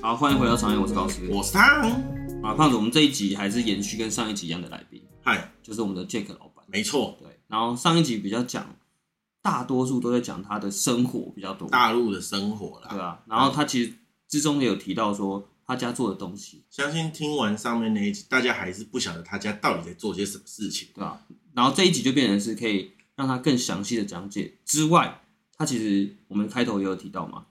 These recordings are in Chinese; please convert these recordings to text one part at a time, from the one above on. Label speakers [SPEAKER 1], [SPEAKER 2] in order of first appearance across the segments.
[SPEAKER 1] 好，欢迎回到常言，我是高斯。
[SPEAKER 2] 我是哦汤，
[SPEAKER 1] 啊，胖子，我们这一集还是延续跟上一集一样的来宾，
[SPEAKER 2] 嗨，
[SPEAKER 1] 就是我们的 Jack 老板。
[SPEAKER 2] 没错，
[SPEAKER 1] 对，然后上一集比较讲，大多数都在讲他的生活比较多，
[SPEAKER 2] 大陆的生活
[SPEAKER 1] 对
[SPEAKER 2] 啦，
[SPEAKER 1] 啊。然后他其实之中也有提到说他家做的东西，
[SPEAKER 2] 相信听完上面那一集，大家还是不晓得他家到底在做些什么事情。
[SPEAKER 1] 对啊。然后这一集就变成是可以让他更详细的讲解之外，他其实我们开头也有提到嘛，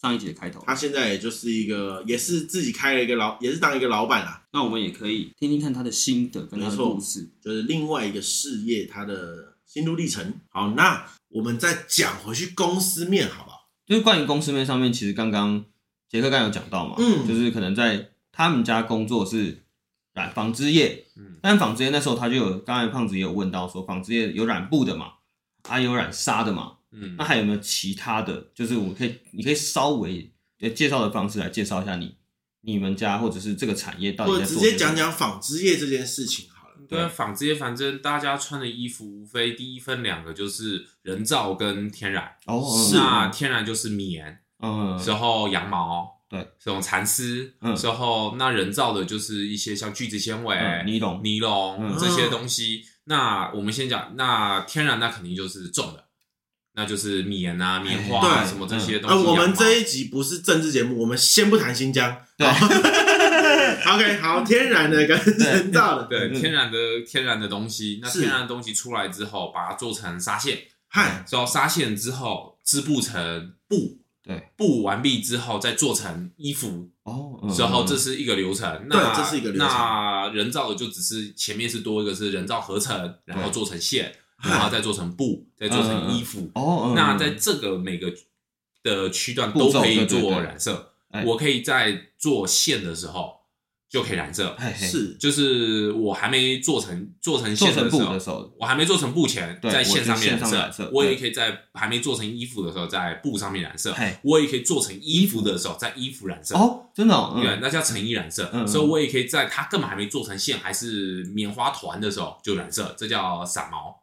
[SPEAKER 1] 上一集的开头，
[SPEAKER 2] 他现在也就是一个，也是自己开了一个老，也是当一个老板啊啦，
[SPEAKER 1] 那我们也可以听听看他的心得跟他的
[SPEAKER 2] 没错
[SPEAKER 1] 故事。
[SPEAKER 2] 就是另外一个事业他的心路历程。好，那我们再讲回去公司面好不好？
[SPEAKER 1] 就是关于公司面上面，其实刚刚杰克刚有讲到嘛，
[SPEAKER 2] 嗯
[SPEAKER 1] 就是可能在他们家工作是染纺织业，
[SPEAKER 2] 嗯
[SPEAKER 1] 但纺织业那时候他就有，刚才胖子也有问到说，纺织业有染布的嘛，啊有染纱的嘛，
[SPEAKER 3] 嗯
[SPEAKER 1] 那，还有没有其他的？就是我可以，你可以稍微呃介绍的方式来介绍一下你你们家或者是这个产业到底
[SPEAKER 2] 或
[SPEAKER 1] 在
[SPEAKER 2] 者
[SPEAKER 1] 做
[SPEAKER 2] 直
[SPEAKER 1] 些
[SPEAKER 2] 接
[SPEAKER 1] 什
[SPEAKER 2] 讲
[SPEAKER 1] 么
[SPEAKER 2] 讲纺织业这件事情好了。
[SPEAKER 3] 对啊，纺织业反正大家穿的衣服无非第一分两个就是人造跟天然，
[SPEAKER 1] 哦，
[SPEAKER 2] 是啊
[SPEAKER 3] 那天然就是棉，
[SPEAKER 1] 嗯
[SPEAKER 3] 之后羊毛，
[SPEAKER 1] 对，
[SPEAKER 3] 这种蚕丝
[SPEAKER 1] 嗯，
[SPEAKER 3] 之后那人造的就是一些像聚酯纤维、
[SPEAKER 1] 嗯尼龙
[SPEAKER 3] 尼
[SPEAKER 1] 嗯
[SPEAKER 3] 龙这些东西。那我们先讲，那天然那肯定就是重的，那就是棉啊、棉花啊
[SPEAKER 2] 对
[SPEAKER 3] 什么这些东
[SPEAKER 2] 呃，
[SPEAKER 3] 西。
[SPEAKER 2] 我们这
[SPEAKER 3] 一
[SPEAKER 2] 一集不是政治节目，我们先不谈新疆。
[SPEAKER 1] 对
[SPEAKER 2] 好 OK，好，天然的跟人造的，
[SPEAKER 3] 对
[SPEAKER 1] 嗯
[SPEAKER 3] 天然的天然的东西，那
[SPEAKER 2] 是
[SPEAKER 3] 天然的东西出来之后，把它做成纱线，
[SPEAKER 2] 嗨，
[SPEAKER 3] 之后纱线之后织布成布，
[SPEAKER 1] 对，
[SPEAKER 3] 布完毕之后再做成衣服，
[SPEAKER 1] 哦，嗯
[SPEAKER 3] 之后这是一个流程。
[SPEAKER 2] 对
[SPEAKER 3] 那
[SPEAKER 2] 这是一个流程
[SPEAKER 3] 那人造的就只是前面是多一个是人造合成，然后做成线，然后再做成布，再做成衣服。
[SPEAKER 1] 哦，嗯
[SPEAKER 3] 那
[SPEAKER 1] 嗯
[SPEAKER 3] 在
[SPEAKER 1] 嗯
[SPEAKER 3] 这个每个的区段
[SPEAKER 1] 步
[SPEAKER 3] 都
[SPEAKER 1] 骤
[SPEAKER 3] 可
[SPEAKER 1] 对
[SPEAKER 3] 以
[SPEAKER 1] 对
[SPEAKER 3] 做
[SPEAKER 1] 对
[SPEAKER 3] 染色
[SPEAKER 1] 哎。
[SPEAKER 3] 我可以在做线的时候就可以染色，
[SPEAKER 1] 嘿嘿
[SPEAKER 2] 是
[SPEAKER 3] 就是我还没做成做成
[SPEAKER 1] 做
[SPEAKER 3] 线
[SPEAKER 1] 成
[SPEAKER 3] 的时
[SPEAKER 1] 布
[SPEAKER 3] 候
[SPEAKER 1] 的，时候，
[SPEAKER 3] 我还没做成布前，
[SPEAKER 1] 对
[SPEAKER 3] 在线上面
[SPEAKER 1] 我是线上染
[SPEAKER 3] 染
[SPEAKER 1] 色
[SPEAKER 3] 色，我也
[SPEAKER 1] 对
[SPEAKER 3] 可以在还没做成衣服的时候，在布上面染色
[SPEAKER 1] 嘿，
[SPEAKER 3] 我也可以做成衣服的时候，在衣服染色。
[SPEAKER 1] 哦，真的哦，嗯
[SPEAKER 3] 对，那叫成衣染色，
[SPEAKER 1] 嗯嗯
[SPEAKER 3] 所以我也可以在它根本还没做成线还是棉花团的时候就染色，这叫散毛，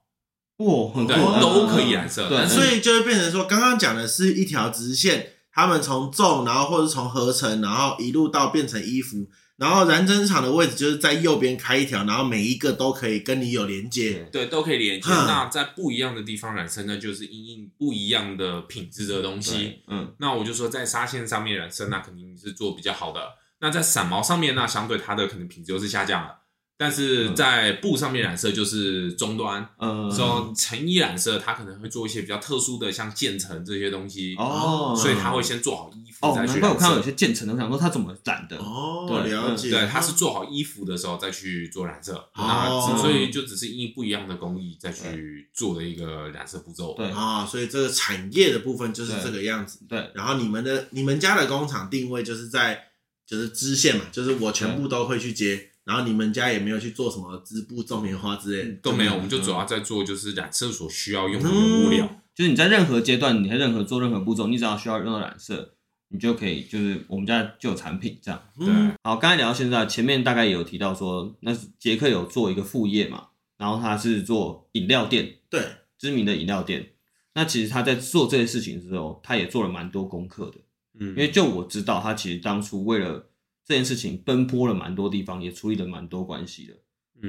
[SPEAKER 1] 哇，很
[SPEAKER 3] 对，
[SPEAKER 1] 酷
[SPEAKER 3] 都可以染色。
[SPEAKER 1] 对
[SPEAKER 3] 但是
[SPEAKER 2] 所以就会变成说，刚刚讲的是一条直线，他们从种，然后或者从合成，然后一路到变成衣服，然后染针厂的位置就是在右边开一条，然后每一个都可以跟你有连接。
[SPEAKER 3] 对都可以连接。
[SPEAKER 2] 嗯
[SPEAKER 3] 那在不一样的地方染色，那就是因应不一样的品质的东西。
[SPEAKER 1] 对嗯，
[SPEAKER 3] 那我就说在纱线上面染色，那肯定是做比较好的。那在散毛上面，那相对它的可能品质就是下降了。但是在布上面染色就是终端，
[SPEAKER 1] 嗯，
[SPEAKER 3] 说成衣染色它可能会做一些比较特殊的，像渐层这些东西，
[SPEAKER 1] 哦，
[SPEAKER 3] 所以它会先做好衣服
[SPEAKER 1] 哦，
[SPEAKER 3] 再去
[SPEAKER 1] 难怪我
[SPEAKER 3] 染
[SPEAKER 1] 看到有
[SPEAKER 3] 色。
[SPEAKER 1] 些渐层的，我想说他怎么染的？
[SPEAKER 2] 哦，
[SPEAKER 1] 对
[SPEAKER 2] 了解。
[SPEAKER 3] 对，它是做好衣服的时候再去做染色，
[SPEAKER 2] 哦
[SPEAKER 3] 那所以就只是因不一样的工艺再去做的一个染色步骤。
[SPEAKER 1] 对
[SPEAKER 2] 啊、所以这个产业的部分就是
[SPEAKER 1] 对
[SPEAKER 2] 这个样子。
[SPEAKER 1] 对，
[SPEAKER 2] 然后你们的你们家的工厂定位就是在就是支线嘛，就是我全部都会去接，然后你们家也没有去做什么织布、种棉花之类的。
[SPEAKER 3] 都没有，
[SPEAKER 1] 嗯
[SPEAKER 3] 我们就主要在做就是染色所需要用的原物料。
[SPEAKER 1] 就是你在任何阶段，你在任何做任何步骤，你只要需要用到染色，你就可以，就是我们家就有产品这样。
[SPEAKER 2] 嗯，
[SPEAKER 1] 好，刚才聊到现在，前面大概也有提到说，那是杰克有做一个副业嘛，然后他是做饮料店，
[SPEAKER 2] 对，
[SPEAKER 1] 知名的饮料店。那其实他在做这些事情之后，他也做了蛮多功课的。
[SPEAKER 3] 嗯，
[SPEAKER 1] 因为就我知道，他其实当初为了这件事情奔波了蛮多地方，也处理了蛮多关系的。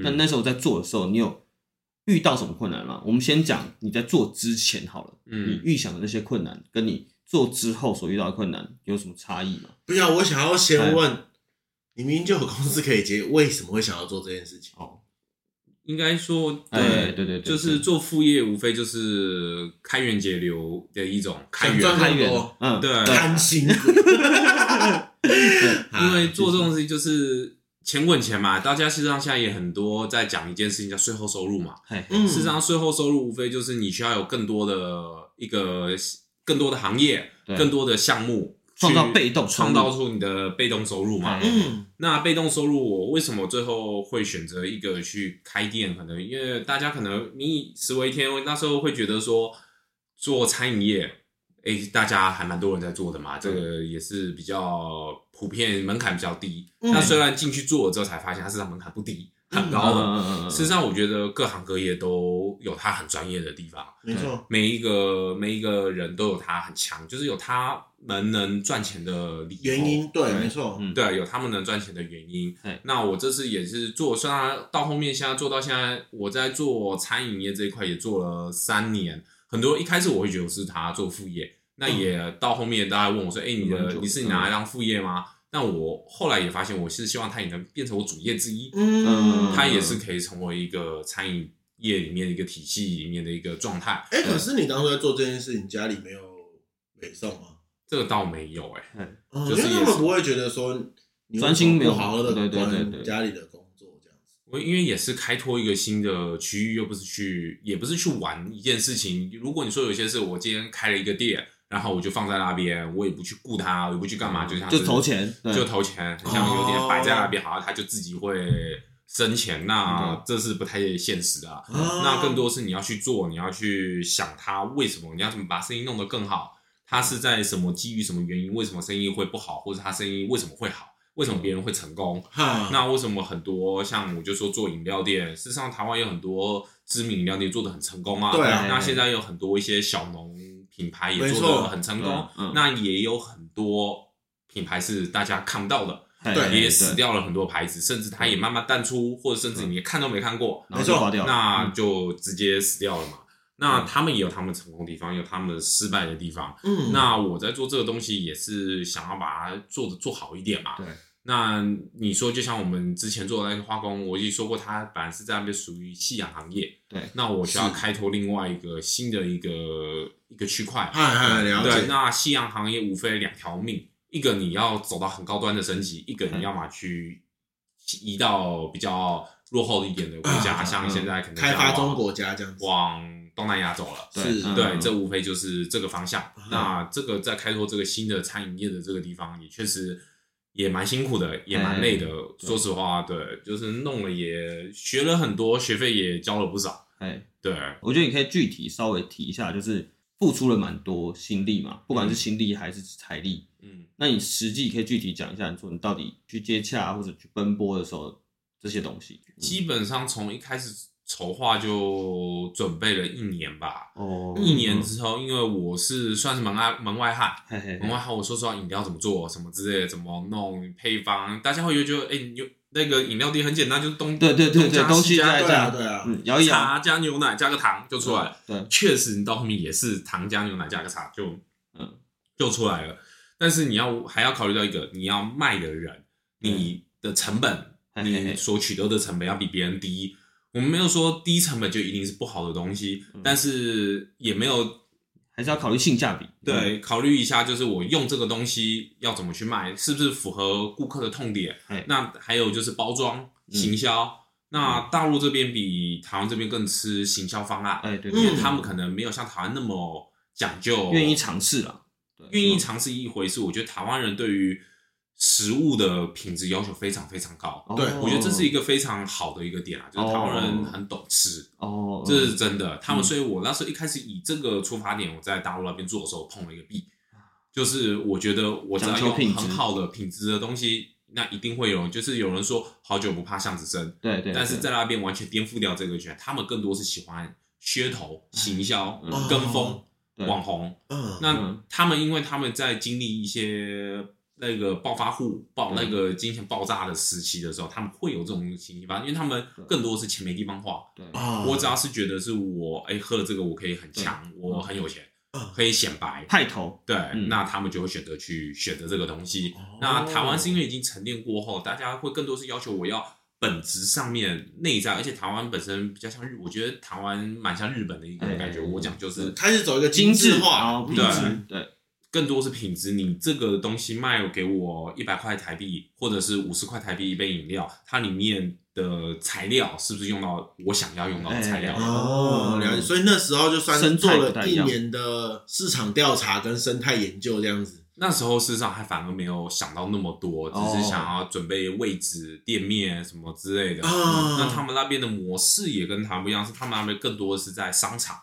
[SPEAKER 1] 那
[SPEAKER 3] 嗯
[SPEAKER 1] 那时候在做的时候，你有遇到什么困难吗？我们先讲你在做之前好了，你
[SPEAKER 3] 嗯，
[SPEAKER 1] 预想的那些困难，跟你做之后所遇到的困难有什么差异吗？
[SPEAKER 2] 不要，我想要
[SPEAKER 1] 哎
[SPEAKER 2] 先问，你明明就有公司可以接，为什么会想要做这件事情？
[SPEAKER 1] 哦，
[SPEAKER 3] 应该说，
[SPEAKER 1] 哎对对对
[SPEAKER 3] 就是做副业无非就是开源节流的一种开
[SPEAKER 2] 想赚
[SPEAKER 3] 源。
[SPEAKER 2] 更
[SPEAKER 1] 太远
[SPEAKER 2] 多
[SPEAKER 1] 了，嗯，
[SPEAKER 3] 对
[SPEAKER 2] 贪心鬼，
[SPEAKER 3] 因
[SPEAKER 1] 啊
[SPEAKER 3] 为做这种事情就是钱滚钱嘛，大家事实上现在也很多在讲一件事情叫税后收入嘛。
[SPEAKER 1] 嘿，
[SPEAKER 2] 嗯
[SPEAKER 3] 事实上，税后收入无非就是你需要有更多的一个更多的行业，
[SPEAKER 1] 对
[SPEAKER 3] 更多的项目，
[SPEAKER 1] 创造
[SPEAKER 3] 去
[SPEAKER 1] 被动收入
[SPEAKER 3] 创造出你的被动收入嘛。
[SPEAKER 1] 哎
[SPEAKER 2] 嗯，
[SPEAKER 3] 那被动收入，我为什么最后会选择一个去开店？可能因为大家可能民以食为天，那时候会觉得说做餐饮业，哎、大家还蛮多人在做的嘛，这个也是比较普遍，门槛比较低。
[SPEAKER 2] 嗯
[SPEAKER 3] 那虽然进去做了之后才发现，它市场门槛不低，
[SPEAKER 1] 嗯
[SPEAKER 3] 很高的。
[SPEAKER 1] 嗯嗯嗯
[SPEAKER 3] 事实上，我觉得各行各业都都有他很专业的地方，
[SPEAKER 2] 没错，
[SPEAKER 3] 每一个每一个人都有他很强，就是有他们能赚钱的理由
[SPEAKER 2] 原因对，
[SPEAKER 1] 对
[SPEAKER 2] 没错，
[SPEAKER 1] 嗯
[SPEAKER 3] 对，啊有他们能赚钱的原因
[SPEAKER 1] 对。
[SPEAKER 3] 那我这次也是做，虽然到后面现在做到现在，我在做餐饮业这一块也做了三年。很多一开始我会觉得是他做副业，那也到后面大家问我说：“哎、你
[SPEAKER 1] 蛮
[SPEAKER 3] 的
[SPEAKER 1] 久
[SPEAKER 3] 你是你拿来当副业吗？”但我后来也发现，我是希望它也能变成我主业之一，
[SPEAKER 2] 嗯，
[SPEAKER 3] 它也是可以成为一个餐饮业里面的一个体系里面的一个状态。
[SPEAKER 2] 哎，可是你当初在做这件事，你家里没有北送吗？
[SPEAKER 3] 这个倒没有哎、
[SPEAKER 2] 嗯，
[SPEAKER 3] 就
[SPEAKER 2] 因
[SPEAKER 3] 是
[SPEAKER 2] 为
[SPEAKER 3] 也
[SPEAKER 2] 他们
[SPEAKER 3] 是
[SPEAKER 2] 不会觉得说你
[SPEAKER 1] 专心没有
[SPEAKER 2] 不好好的
[SPEAKER 1] 对对对对对
[SPEAKER 2] 管家里的工作这样子。
[SPEAKER 3] 我因为也是开拓一个新的区域，又不是去，也不是去玩一件事情。如果你说有些事，我今天开了一个店，然后我就放在那边，我也不去顾它，我也不去干嘛，就像
[SPEAKER 1] 嗯就是投，钱，对哦
[SPEAKER 3] 就投钱，很像有点摆在那边，好像它就自己会生钱。那
[SPEAKER 1] 嗯
[SPEAKER 3] 这是不太现实的啊、那更多是你要去做，你要去想它为什么，你要怎么把生意弄得更好，它是在什么基于什么原因，为什么生意会不好，或者它生意为什么会好，为什
[SPEAKER 1] 嗯
[SPEAKER 3] 么别人会成功。
[SPEAKER 2] 哈，
[SPEAKER 3] 那为什么很多像我就说做饮料店，事实上台湾有很多知名饮料店做的很成功嘛。
[SPEAKER 2] 对啊
[SPEAKER 3] 那现在有很多一些小农品牌也
[SPEAKER 2] 没
[SPEAKER 3] 做
[SPEAKER 2] 错
[SPEAKER 3] 的很成
[SPEAKER 2] 啊
[SPEAKER 3] 功
[SPEAKER 1] 嗯嗯，
[SPEAKER 3] 那也有很多品牌是大家看不到的，
[SPEAKER 1] 嘿
[SPEAKER 2] 对
[SPEAKER 3] 也死，掉了很多牌子，甚至它也慢慢淡出，或者甚至你看都没看过，
[SPEAKER 1] 然后就
[SPEAKER 2] 没错嗯
[SPEAKER 1] 花掉了，
[SPEAKER 3] 那
[SPEAKER 1] 嗯
[SPEAKER 3] 就直接死掉了嘛。那他们也有他们成功的地方，也有他们失败的地方。
[SPEAKER 2] 嗯，
[SPEAKER 3] 那我在做这个东西也是想要把它做的做好一点嘛。
[SPEAKER 1] 对。
[SPEAKER 3] 那你说，就像我们之前做的那个化工，我已经说过，它本来是在那边属于夕阳行业。
[SPEAKER 1] 对。
[SPEAKER 3] 那我需要
[SPEAKER 2] 是
[SPEAKER 3] 开拓另外一个新的一个一个区块。
[SPEAKER 2] 嗨嗨，了
[SPEAKER 3] 对，
[SPEAKER 2] 解，
[SPEAKER 3] 那夕阳行业无非两条命，一个你要走到很高端的升级，一个
[SPEAKER 2] 嗯
[SPEAKER 3] 你要么去移到比较落后一点的国家，
[SPEAKER 2] 啊
[SPEAKER 3] 像
[SPEAKER 1] 嗯
[SPEAKER 3] 现在可能
[SPEAKER 2] 开发
[SPEAKER 3] 要往
[SPEAKER 2] 中国家这样子。
[SPEAKER 3] 往东南亚走了。
[SPEAKER 1] 对
[SPEAKER 2] 是啊
[SPEAKER 1] 嗯啊
[SPEAKER 3] 对，这无非就是这个方向
[SPEAKER 2] 嗯。
[SPEAKER 3] 那这个在开拓这个新的餐饮业的这个地方，也确实也蛮辛苦的，也蛮累的。
[SPEAKER 1] 对
[SPEAKER 3] 说实话，对，就是弄了也学了很多，学费也交了不少。
[SPEAKER 1] 哎，
[SPEAKER 3] 对，嗯
[SPEAKER 1] 我觉得你可以具体稍微提一下，就是付出了蛮多心力嘛，不管是心力还是财力，
[SPEAKER 3] 嗯，
[SPEAKER 1] 那你实际可以具体讲一下，你说你到底去接洽或者去奔波的时候这些东西。嗯
[SPEAKER 3] 基本上从一开始筹划就准备了一年吧。
[SPEAKER 1] 哦
[SPEAKER 3] 一年，之后，因为我是算是门外门外汉，
[SPEAKER 1] 嗯嘿嘿
[SPEAKER 3] 门
[SPEAKER 1] 嘿，
[SPEAKER 3] 外汉我说实话，饮料怎么做，什么之类的，怎么弄配方，大家会觉得，哎、你有那个饮料店很简单，就是东
[SPEAKER 1] 对对对对，
[SPEAKER 3] 东加
[SPEAKER 1] 东
[SPEAKER 3] 西
[SPEAKER 1] 西
[SPEAKER 3] 加
[SPEAKER 1] 加一
[SPEAKER 2] 对
[SPEAKER 1] 加，
[SPEAKER 2] 啊对啊
[SPEAKER 1] 嗯，摇一嗯摇，
[SPEAKER 3] 茶加牛奶加个糖就出来了。
[SPEAKER 1] 对，
[SPEAKER 3] 确实，你到后面也是糖加牛奶加个茶就
[SPEAKER 1] 嗯
[SPEAKER 3] 就出来了。但是你要还要考虑到一个，你要卖的人，你的成本，
[SPEAKER 1] 嗯嘿嘿嘿
[SPEAKER 3] 你所取得的成本要比别人低。我们没有说低成本就一定是不好的东西，
[SPEAKER 1] 嗯
[SPEAKER 3] 但是也没有
[SPEAKER 1] 还是要考虑性价比。嗯
[SPEAKER 3] 对，考虑一下，就是我用这个东西要怎么去卖，是不是符合顾客的痛点
[SPEAKER 1] 哎？
[SPEAKER 3] 那还有就是包装、
[SPEAKER 1] 嗯
[SPEAKER 3] 行销。那大陆这边比台湾这边更吃行销方案，
[SPEAKER 1] 哎对
[SPEAKER 3] 因为
[SPEAKER 2] 嗯
[SPEAKER 3] 他们可能没有像台湾那么讲究，
[SPEAKER 1] 愿意尝试啦，对嗯
[SPEAKER 3] 愿意尝试一回事。我觉得台湾人对于食物的品质要求非常非常高，
[SPEAKER 1] 哦
[SPEAKER 2] 对
[SPEAKER 3] 我觉得这是一个非常好的一个点啊，就是台湾人
[SPEAKER 1] 哦
[SPEAKER 3] 很懂吃。
[SPEAKER 1] 哦，
[SPEAKER 3] 这是真的。他们，
[SPEAKER 1] 嗯
[SPEAKER 3] 所以我那时候一开始以这个出发点，我在大陆那边做的时候碰了一个壁，就是我觉得我只要
[SPEAKER 1] 讲究品
[SPEAKER 3] 用
[SPEAKER 1] 质
[SPEAKER 3] 很好的品质的东西，那一定会有人，就是有人说好久不怕巷子深，
[SPEAKER 1] 对对，
[SPEAKER 3] 但是
[SPEAKER 1] 对
[SPEAKER 3] 在那边完全颠覆掉这个圈，他们更多是喜欢噱头、行销
[SPEAKER 1] 嗯、
[SPEAKER 3] 跟风、
[SPEAKER 1] 对
[SPEAKER 3] 网红。
[SPEAKER 2] 嗯，
[SPEAKER 3] 那
[SPEAKER 1] 嗯
[SPEAKER 3] 他们因为他们在经历一些。那个暴发户爆那
[SPEAKER 1] 对
[SPEAKER 3] 个金钱爆炸的时期的时候，他们会有这种情形吧？因为他们更多是钱没地方花，
[SPEAKER 1] 对
[SPEAKER 2] 啊，
[SPEAKER 3] 我只要是觉得是我哎、喝了这个我可以很强，我很有钱，
[SPEAKER 2] 嗯
[SPEAKER 3] 可以显白，
[SPEAKER 1] 派头，
[SPEAKER 3] 对，
[SPEAKER 1] 嗯
[SPEAKER 3] 那他们就会选择去选择这个东西。
[SPEAKER 2] 哦
[SPEAKER 3] 那台湾是因为已经沉淀过后，大家会更多是要求我要本质上面内在，而且台湾本身比较像日，我觉得台湾蛮像日本的一个
[SPEAKER 1] 哎
[SPEAKER 3] 感觉。
[SPEAKER 1] 哎哎
[SPEAKER 3] 我讲就是
[SPEAKER 2] 哦开始走一个
[SPEAKER 1] 精致哦
[SPEAKER 2] 致化，
[SPEAKER 1] 品
[SPEAKER 3] 对
[SPEAKER 1] 质，对，
[SPEAKER 3] 更多是品质，你这个东西卖给我一百块台币，或者是五十块台币一杯饮料，它里面的材料是不是用到我想要用到的材料？
[SPEAKER 1] 哎哎哎
[SPEAKER 2] 哦，了解。所以那时候就算是
[SPEAKER 1] 生
[SPEAKER 2] 做
[SPEAKER 1] 态不
[SPEAKER 2] 了
[SPEAKER 1] 太一
[SPEAKER 2] 一
[SPEAKER 1] 样
[SPEAKER 2] 年的市场调查跟生态研究这样子。
[SPEAKER 3] 那时候事实上还反而没有想到那么多，
[SPEAKER 1] 哦
[SPEAKER 3] 只是想要准备位置、店面什么之类的。
[SPEAKER 2] 啊
[SPEAKER 3] 嗯那他们那边的模式也跟台湾不一样，是他们那边更多的是在商场，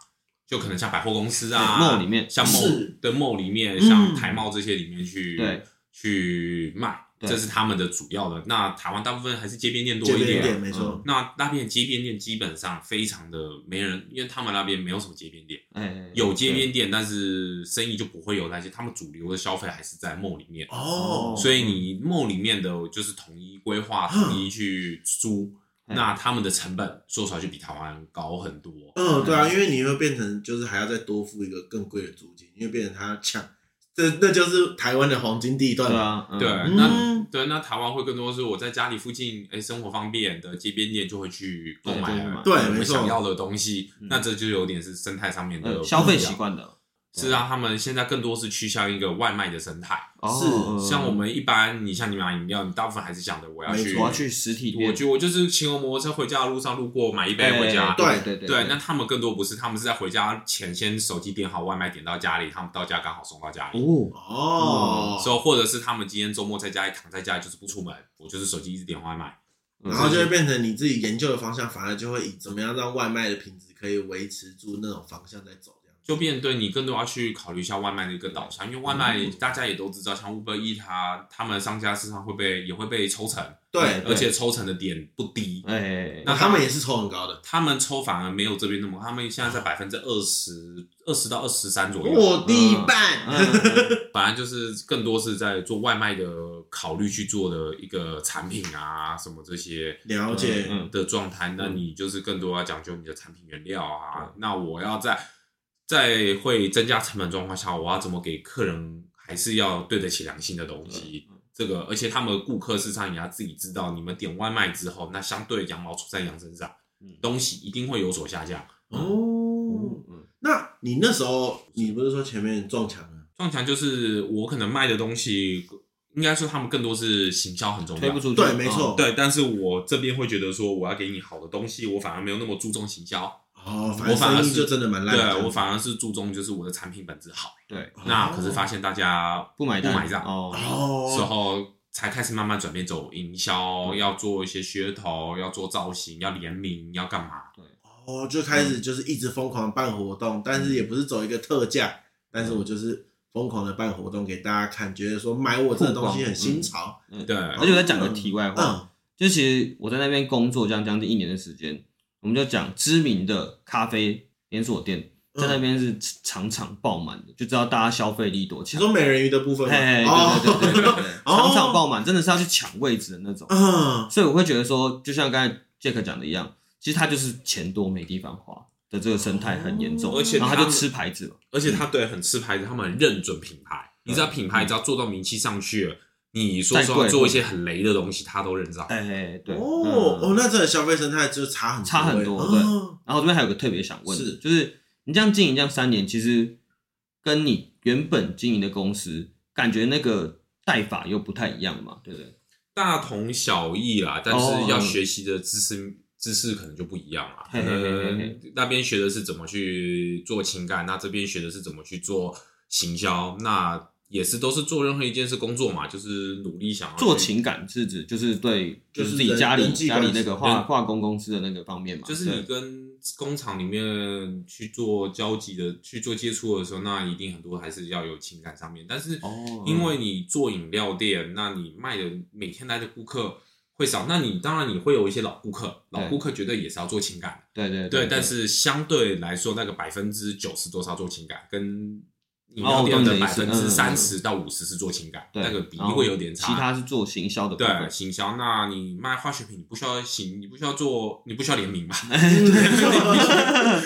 [SPEAKER 3] 就可能像百货公司啊、
[SPEAKER 1] 对 mall 里面
[SPEAKER 3] 像 mall
[SPEAKER 2] 是
[SPEAKER 3] 的 mall 里面，
[SPEAKER 2] 嗯
[SPEAKER 3] 像台贸这些里面去
[SPEAKER 1] 对
[SPEAKER 3] 去卖。
[SPEAKER 2] 对
[SPEAKER 3] 这是他们的主要的。那台湾大部分还是街边店多
[SPEAKER 2] 这
[SPEAKER 3] 一
[SPEAKER 2] 边
[SPEAKER 3] 点，
[SPEAKER 2] 店没错
[SPEAKER 1] 嗯，
[SPEAKER 3] 那那边街边店基本上非常的没人，因为他们那边没有什么街边店，
[SPEAKER 1] 哎，
[SPEAKER 3] 有街边店，但是生意就不会有那些，他们主流的消费还是在 mall 里面，
[SPEAKER 2] 哦，
[SPEAKER 3] 嗯所
[SPEAKER 1] 嗯
[SPEAKER 3] 以你 mall 里面的就是统一 规划，
[SPEAKER 2] 嗯
[SPEAKER 3] 统一去租，
[SPEAKER 1] 嗯
[SPEAKER 3] 那他们的成本说出来就比台湾高很多。
[SPEAKER 2] 嗯，对啊，因为你会变成就是还要再多付一个更贵的租金，因为变成他抢，这那就是台湾的黄金地段
[SPEAKER 1] 对
[SPEAKER 2] 嘛。
[SPEAKER 1] 啊，嗯
[SPEAKER 3] 对，
[SPEAKER 2] 嗯
[SPEAKER 3] 那对那台湾会更多是我在家里附近，哎，生活方便的街边店就会去购
[SPEAKER 1] 对
[SPEAKER 3] 买
[SPEAKER 1] 购买
[SPEAKER 2] 对
[SPEAKER 3] 我
[SPEAKER 2] 没
[SPEAKER 3] 们
[SPEAKER 2] 错
[SPEAKER 3] 想要的东西
[SPEAKER 1] 嗯，
[SPEAKER 3] 那这就有点是生态上面的
[SPEAKER 1] 呃消费
[SPEAKER 3] 不一样
[SPEAKER 1] 习惯的，
[SPEAKER 3] 是啊让他们现在更多是趋向一个外卖的生态。
[SPEAKER 1] 哦
[SPEAKER 3] 像我们一般，你像你买饮料，你大部分还是想着我要
[SPEAKER 2] 没
[SPEAKER 3] 去，
[SPEAKER 2] 错
[SPEAKER 1] 我要去实体店，
[SPEAKER 3] 我去，我就是骑个摩托车回家的路上路过买一杯
[SPEAKER 1] 哎
[SPEAKER 3] 回家。
[SPEAKER 2] 对
[SPEAKER 1] 对对
[SPEAKER 3] 对，那他们更多不是，他们是在回家前先手机点好外卖点到家里，他们到家刚好送到家里。
[SPEAKER 1] 哦，
[SPEAKER 2] 哦，
[SPEAKER 3] 嗯所以或者是他们今天周末在家里躺在家里就是不出门，我就是手机一直点外卖。
[SPEAKER 2] 然
[SPEAKER 1] 嗯
[SPEAKER 2] 后就会变成你自己研究的方向，反而就会以怎么样让外卖的品质可以维持住那种方向在走，这样
[SPEAKER 3] 就变对你更多要去考虑一下外卖的一个导向，因为外卖大家也都知道，像 Uber E 它他们上架市场会被也会被抽成，
[SPEAKER 2] 对，
[SPEAKER 3] 而且抽成的点不低。
[SPEAKER 1] 哎，
[SPEAKER 2] 那他们也是抽很高的。
[SPEAKER 3] 他们抽反而没有这边那么，他们现在在百分之二十二十到二十三左右，
[SPEAKER 2] 我地半，
[SPEAKER 1] 嗯
[SPEAKER 3] 反正就是更多是在做外卖的考虑去做的一个产品啊，什么这些
[SPEAKER 2] 了解
[SPEAKER 1] 嗯
[SPEAKER 3] 的状态。那你就是更多要讲究你的产品原料啊。那我要在在会增加成本状况下，我要怎么给客人还是要对得起良心的东西？
[SPEAKER 1] 嗯
[SPEAKER 3] 这个，而且他们的顾客市场也要啊自己知道，你们点外卖之后，那相对羊毛出在羊身上
[SPEAKER 1] 嗯，
[SPEAKER 3] 东西一定会有所下降。
[SPEAKER 2] 哦。
[SPEAKER 1] 嗯
[SPEAKER 2] 那你那时候，你不是说前面撞墙了？
[SPEAKER 3] 撞墙就是我可能卖的东西，应该说他们更多是行销很重
[SPEAKER 1] 推不
[SPEAKER 3] 要。
[SPEAKER 1] 出去，哦
[SPEAKER 2] 对没错
[SPEAKER 3] 嗯对，但是我这边会觉得说，我要给你好的东西，我反而没有那么注重行销，
[SPEAKER 2] 哦，反
[SPEAKER 3] 我
[SPEAKER 2] 正
[SPEAKER 3] 反而
[SPEAKER 2] 生意
[SPEAKER 3] 是
[SPEAKER 2] 就真的蛮烂的。
[SPEAKER 3] 对我反而是注重就是我的产品本质好。
[SPEAKER 1] 对，
[SPEAKER 2] 哦
[SPEAKER 3] 那可是发现大家
[SPEAKER 1] 不买
[SPEAKER 3] 不
[SPEAKER 1] 单
[SPEAKER 3] 买账
[SPEAKER 1] 哦，
[SPEAKER 3] 时
[SPEAKER 2] 哦，
[SPEAKER 3] 候，才开始慢慢转变走营销，要做一些噱头，要做造型，要联名，要干嘛？
[SPEAKER 2] 哦，就开始就是一直疯狂办活动，但
[SPEAKER 3] 嗯
[SPEAKER 2] 是也不是走一个特价，但是我就是疯狂的办活动给大家看，觉得说买我这个东西很新潮。
[SPEAKER 3] 对，
[SPEAKER 1] 而且我再讲个题外话，
[SPEAKER 2] 嗯，
[SPEAKER 1] 就其实我在那边工作这样将近一年的时间，我们就讲知名的咖啡连锁店在那边是场场爆满的，就知道大家消费力多
[SPEAKER 2] 你
[SPEAKER 1] 强。
[SPEAKER 2] 说美人鱼的部分吗？
[SPEAKER 1] 哎，
[SPEAKER 2] 哦
[SPEAKER 1] 对对对对对，
[SPEAKER 2] 哦
[SPEAKER 1] 场场爆满，真的是要去抢位置的那种。
[SPEAKER 2] 嗯，
[SPEAKER 1] 所以我会觉得说，就像刚才 Jack 讲的一样，其实他就是钱多没地方花的这个生态很严重，
[SPEAKER 3] 哦而且
[SPEAKER 1] 然后
[SPEAKER 3] 他
[SPEAKER 1] 就
[SPEAKER 3] 们
[SPEAKER 1] 吃牌子了。
[SPEAKER 3] 而且他对很吃牌子，他们很认准品牌。你知道品牌只要做到名气上去了，你说
[SPEAKER 1] 嗯再
[SPEAKER 3] 说
[SPEAKER 1] 贵
[SPEAKER 3] 要做一些很雷的东西，他都认账。
[SPEAKER 1] 哎，对，
[SPEAKER 2] 哦
[SPEAKER 1] 嗯
[SPEAKER 2] 哦，那这个消费生态就差很
[SPEAKER 1] 差很多
[SPEAKER 2] 多欸，
[SPEAKER 1] 对
[SPEAKER 2] 哦
[SPEAKER 1] 然后这边还有个特别想问的，
[SPEAKER 2] 是
[SPEAKER 1] 就是你这样经营这样三年，其实跟你原本经营的公司感觉那个带法又不太一样嘛，对不对？
[SPEAKER 3] 大同小异啦，但
[SPEAKER 1] 哦
[SPEAKER 3] 是要学习的知识、知识可能就不一样啦。可
[SPEAKER 1] 嘿嘿嘿嘿嘿
[SPEAKER 3] 能那边学的是怎么去做情感，那这边学的是怎么去做行销，那也是都是做任何一件事工作嘛，就是努力想要去
[SPEAKER 1] 做，情感是指就是对，
[SPEAKER 2] 就是
[SPEAKER 1] 自己
[SPEAKER 2] 人
[SPEAKER 1] 家里
[SPEAKER 2] 人际
[SPEAKER 1] 家
[SPEAKER 2] 关系
[SPEAKER 1] 里那个化
[SPEAKER 3] 人
[SPEAKER 1] 化工公司的那个方面嘛，
[SPEAKER 3] 就是你
[SPEAKER 1] 对
[SPEAKER 3] 跟工厂里面去做交集的、去做接触的时候，那一定很多还是要有情感上面，但是
[SPEAKER 1] 哦
[SPEAKER 3] 因为你做饮料店，那你卖的每天来的顾客。会少，那你当然你会有一些老顾客，老
[SPEAKER 1] 对
[SPEAKER 3] 顾客绝对也是要做情感的，
[SPEAKER 1] 对对
[SPEAKER 3] 对，但是相对来说，那个百分之九十多少做情感，跟饮
[SPEAKER 1] 哦
[SPEAKER 3] 料店
[SPEAKER 1] 懂
[SPEAKER 3] 的
[SPEAKER 1] 你的
[SPEAKER 3] 百
[SPEAKER 1] 意思
[SPEAKER 3] 分
[SPEAKER 1] 嗯
[SPEAKER 3] 之
[SPEAKER 1] 嗯
[SPEAKER 3] 三
[SPEAKER 1] 嗯
[SPEAKER 3] 十到五十是做情感，
[SPEAKER 1] 对
[SPEAKER 3] 那个比例
[SPEAKER 1] 然后
[SPEAKER 3] 会有点差。
[SPEAKER 1] 其他是做行销的部
[SPEAKER 3] 对
[SPEAKER 1] 分，
[SPEAKER 3] 行销，那你卖化学品，你不需要行，你不需要做，你不需要联名吧？
[SPEAKER 2] 哦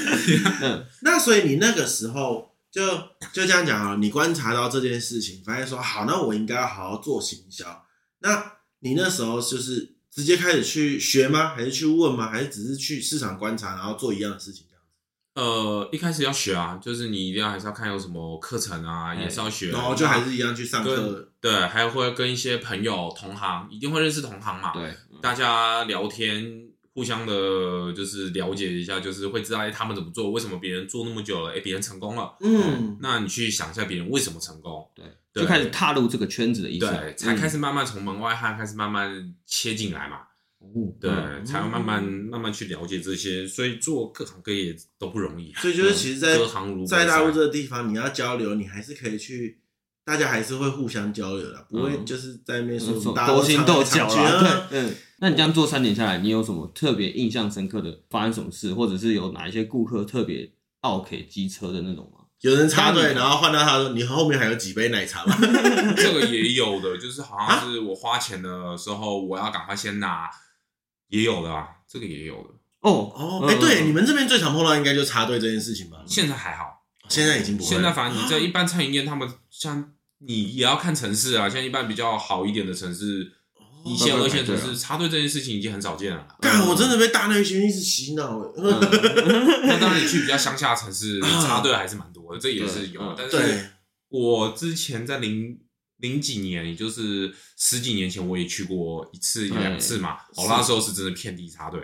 [SPEAKER 1] 嗯
[SPEAKER 2] 那所以你那个时候就就这样讲啊，你观察到这件事情，发现说好，那我应该要好好做行销。那你那时候就是直接开始去学吗？还是去问吗？还是只是去市场观察，然后做一样的事情这样子？
[SPEAKER 3] 呃，一开始要学啊，就是你一定要还是要看有什么课程啊，
[SPEAKER 1] 哎
[SPEAKER 3] 也是要学。
[SPEAKER 2] 然后哦就还
[SPEAKER 3] 那
[SPEAKER 2] 是一样去上课
[SPEAKER 3] 跟。对，还会跟一些朋友、同行，一定会认识同行嘛。
[SPEAKER 1] 对，
[SPEAKER 3] 大家聊天，互相的，就是了解一下，就是会知道哎他们怎么做，为什么别人做那么久了，哎，别人成功了，
[SPEAKER 2] 嗯，
[SPEAKER 3] 那你去想一下别人为什么成功，
[SPEAKER 1] 对，就开始踏入这个圈子的意思，
[SPEAKER 3] 对，才
[SPEAKER 2] 嗯
[SPEAKER 3] 开
[SPEAKER 1] 始，
[SPEAKER 3] 始慢慢从门外汉开始慢慢切进来嘛，
[SPEAKER 1] 嗯
[SPEAKER 3] 对，
[SPEAKER 1] 嗯
[SPEAKER 3] 才会慢慢慢慢去了解这些，所以做各行各业都不容易啊，
[SPEAKER 2] 所以就是其实在
[SPEAKER 3] 嗯隔行如隔
[SPEAKER 2] 在大陆
[SPEAKER 3] 山
[SPEAKER 2] 这个地方，你要交流，你还是可以去大家还是会互相交流的，不会
[SPEAKER 1] 嗯
[SPEAKER 2] 就是在那边说
[SPEAKER 1] 那种
[SPEAKER 2] 大家都
[SPEAKER 1] 勾心斗角
[SPEAKER 2] 唱来唱去
[SPEAKER 1] 啦
[SPEAKER 2] 啊。
[SPEAKER 1] 对，嗯。那你这样做三年下来，你有什么特别印象深刻的发生什么事，或者是有哪一些顾客特别奥 K 机车的那种吗？
[SPEAKER 2] 有人插
[SPEAKER 1] 那
[SPEAKER 2] 队，
[SPEAKER 1] 你
[SPEAKER 2] 然后换到他说：“你后面还有几杯奶茶吗
[SPEAKER 3] 这个也有的，就是好像是我花钱的时候，我要赶快先拿，也有的啊，这个也有的。
[SPEAKER 1] 哦？”
[SPEAKER 2] 哦，
[SPEAKER 1] 嗯
[SPEAKER 2] 哎，对，你们这边最常碰到应该就插队这件事情吧？
[SPEAKER 3] 现在还好，
[SPEAKER 2] 现在已经不会了。
[SPEAKER 3] 现在反正你在一般餐饮业，他们像你也要看城市啊，像一般比较好一点的城市，
[SPEAKER 2] 哦
[SPEAKER 3] 一线、
[SPEAKER 1] 都
[SPEAKER 3] 二
[SPEAKER 1] 会排
[SPEAKER 3] 线城
[SPEAKER 1] 队
[SPEAKER 3] 市插队这件事情已经很少见了。
[SPEAKER 2] 干，我真的被大内宣一直洗脑哎。
[SPEAKER 1] 嗯
[SPEAKER 3] 那当然，你去比较乡下的城市，插队还是蛮多的，这也是
[SPEAKER 1] 嗯
[SPEAKER 3] 有。但
[SPEAKER 2] 对
[SPEAKER 3] 是，我之前在零零几年，也就是十几年前，我也去过一次
[SPEAKER 1] 嗯
[SPEAKER 3] 两次嘛。我那时候是真的遍地插队，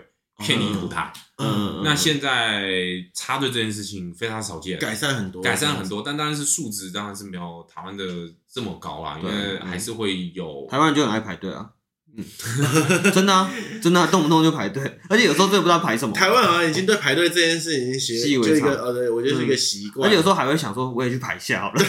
[SPEAKER 3] 遍地吐痰。
[SPEAKER 2] 嗯，
[SPEAKER 3] 那现在插队这件事情非常少见，
[SPEAKER 2] 改善很多，
[SPEAKER 3] 改善很多，但当然是素质当然是没有台湾的这么高啦，因
[SPEAKER 1] 对
[SPEAKER 3] 为
[SPEAKER 1] 嗯
[SPEAKER 3] 还是会有
[SPEAKER 1] 台湾人就很爱排队啊，嗯， 真的啊，真的啊，动不动就排队，而且有时候真的不知道排什么。
[SPEAKER 2] 台湾好像已经对排队这件事情已经
[SPEAKER 1] 习以
[SPEAKER 2] 学
[SPEAKER 1] 为
[SPEAKER 2] 就一
[SPEAKER 1] 常嗯
[SPEAKER 2] 个呃，对我觉得是一个习
[SPEAKER 1] 而
[SPEAKER 2] 惯。
[SPEAKER 1] 且有时候还会想说，我也去排一下好了。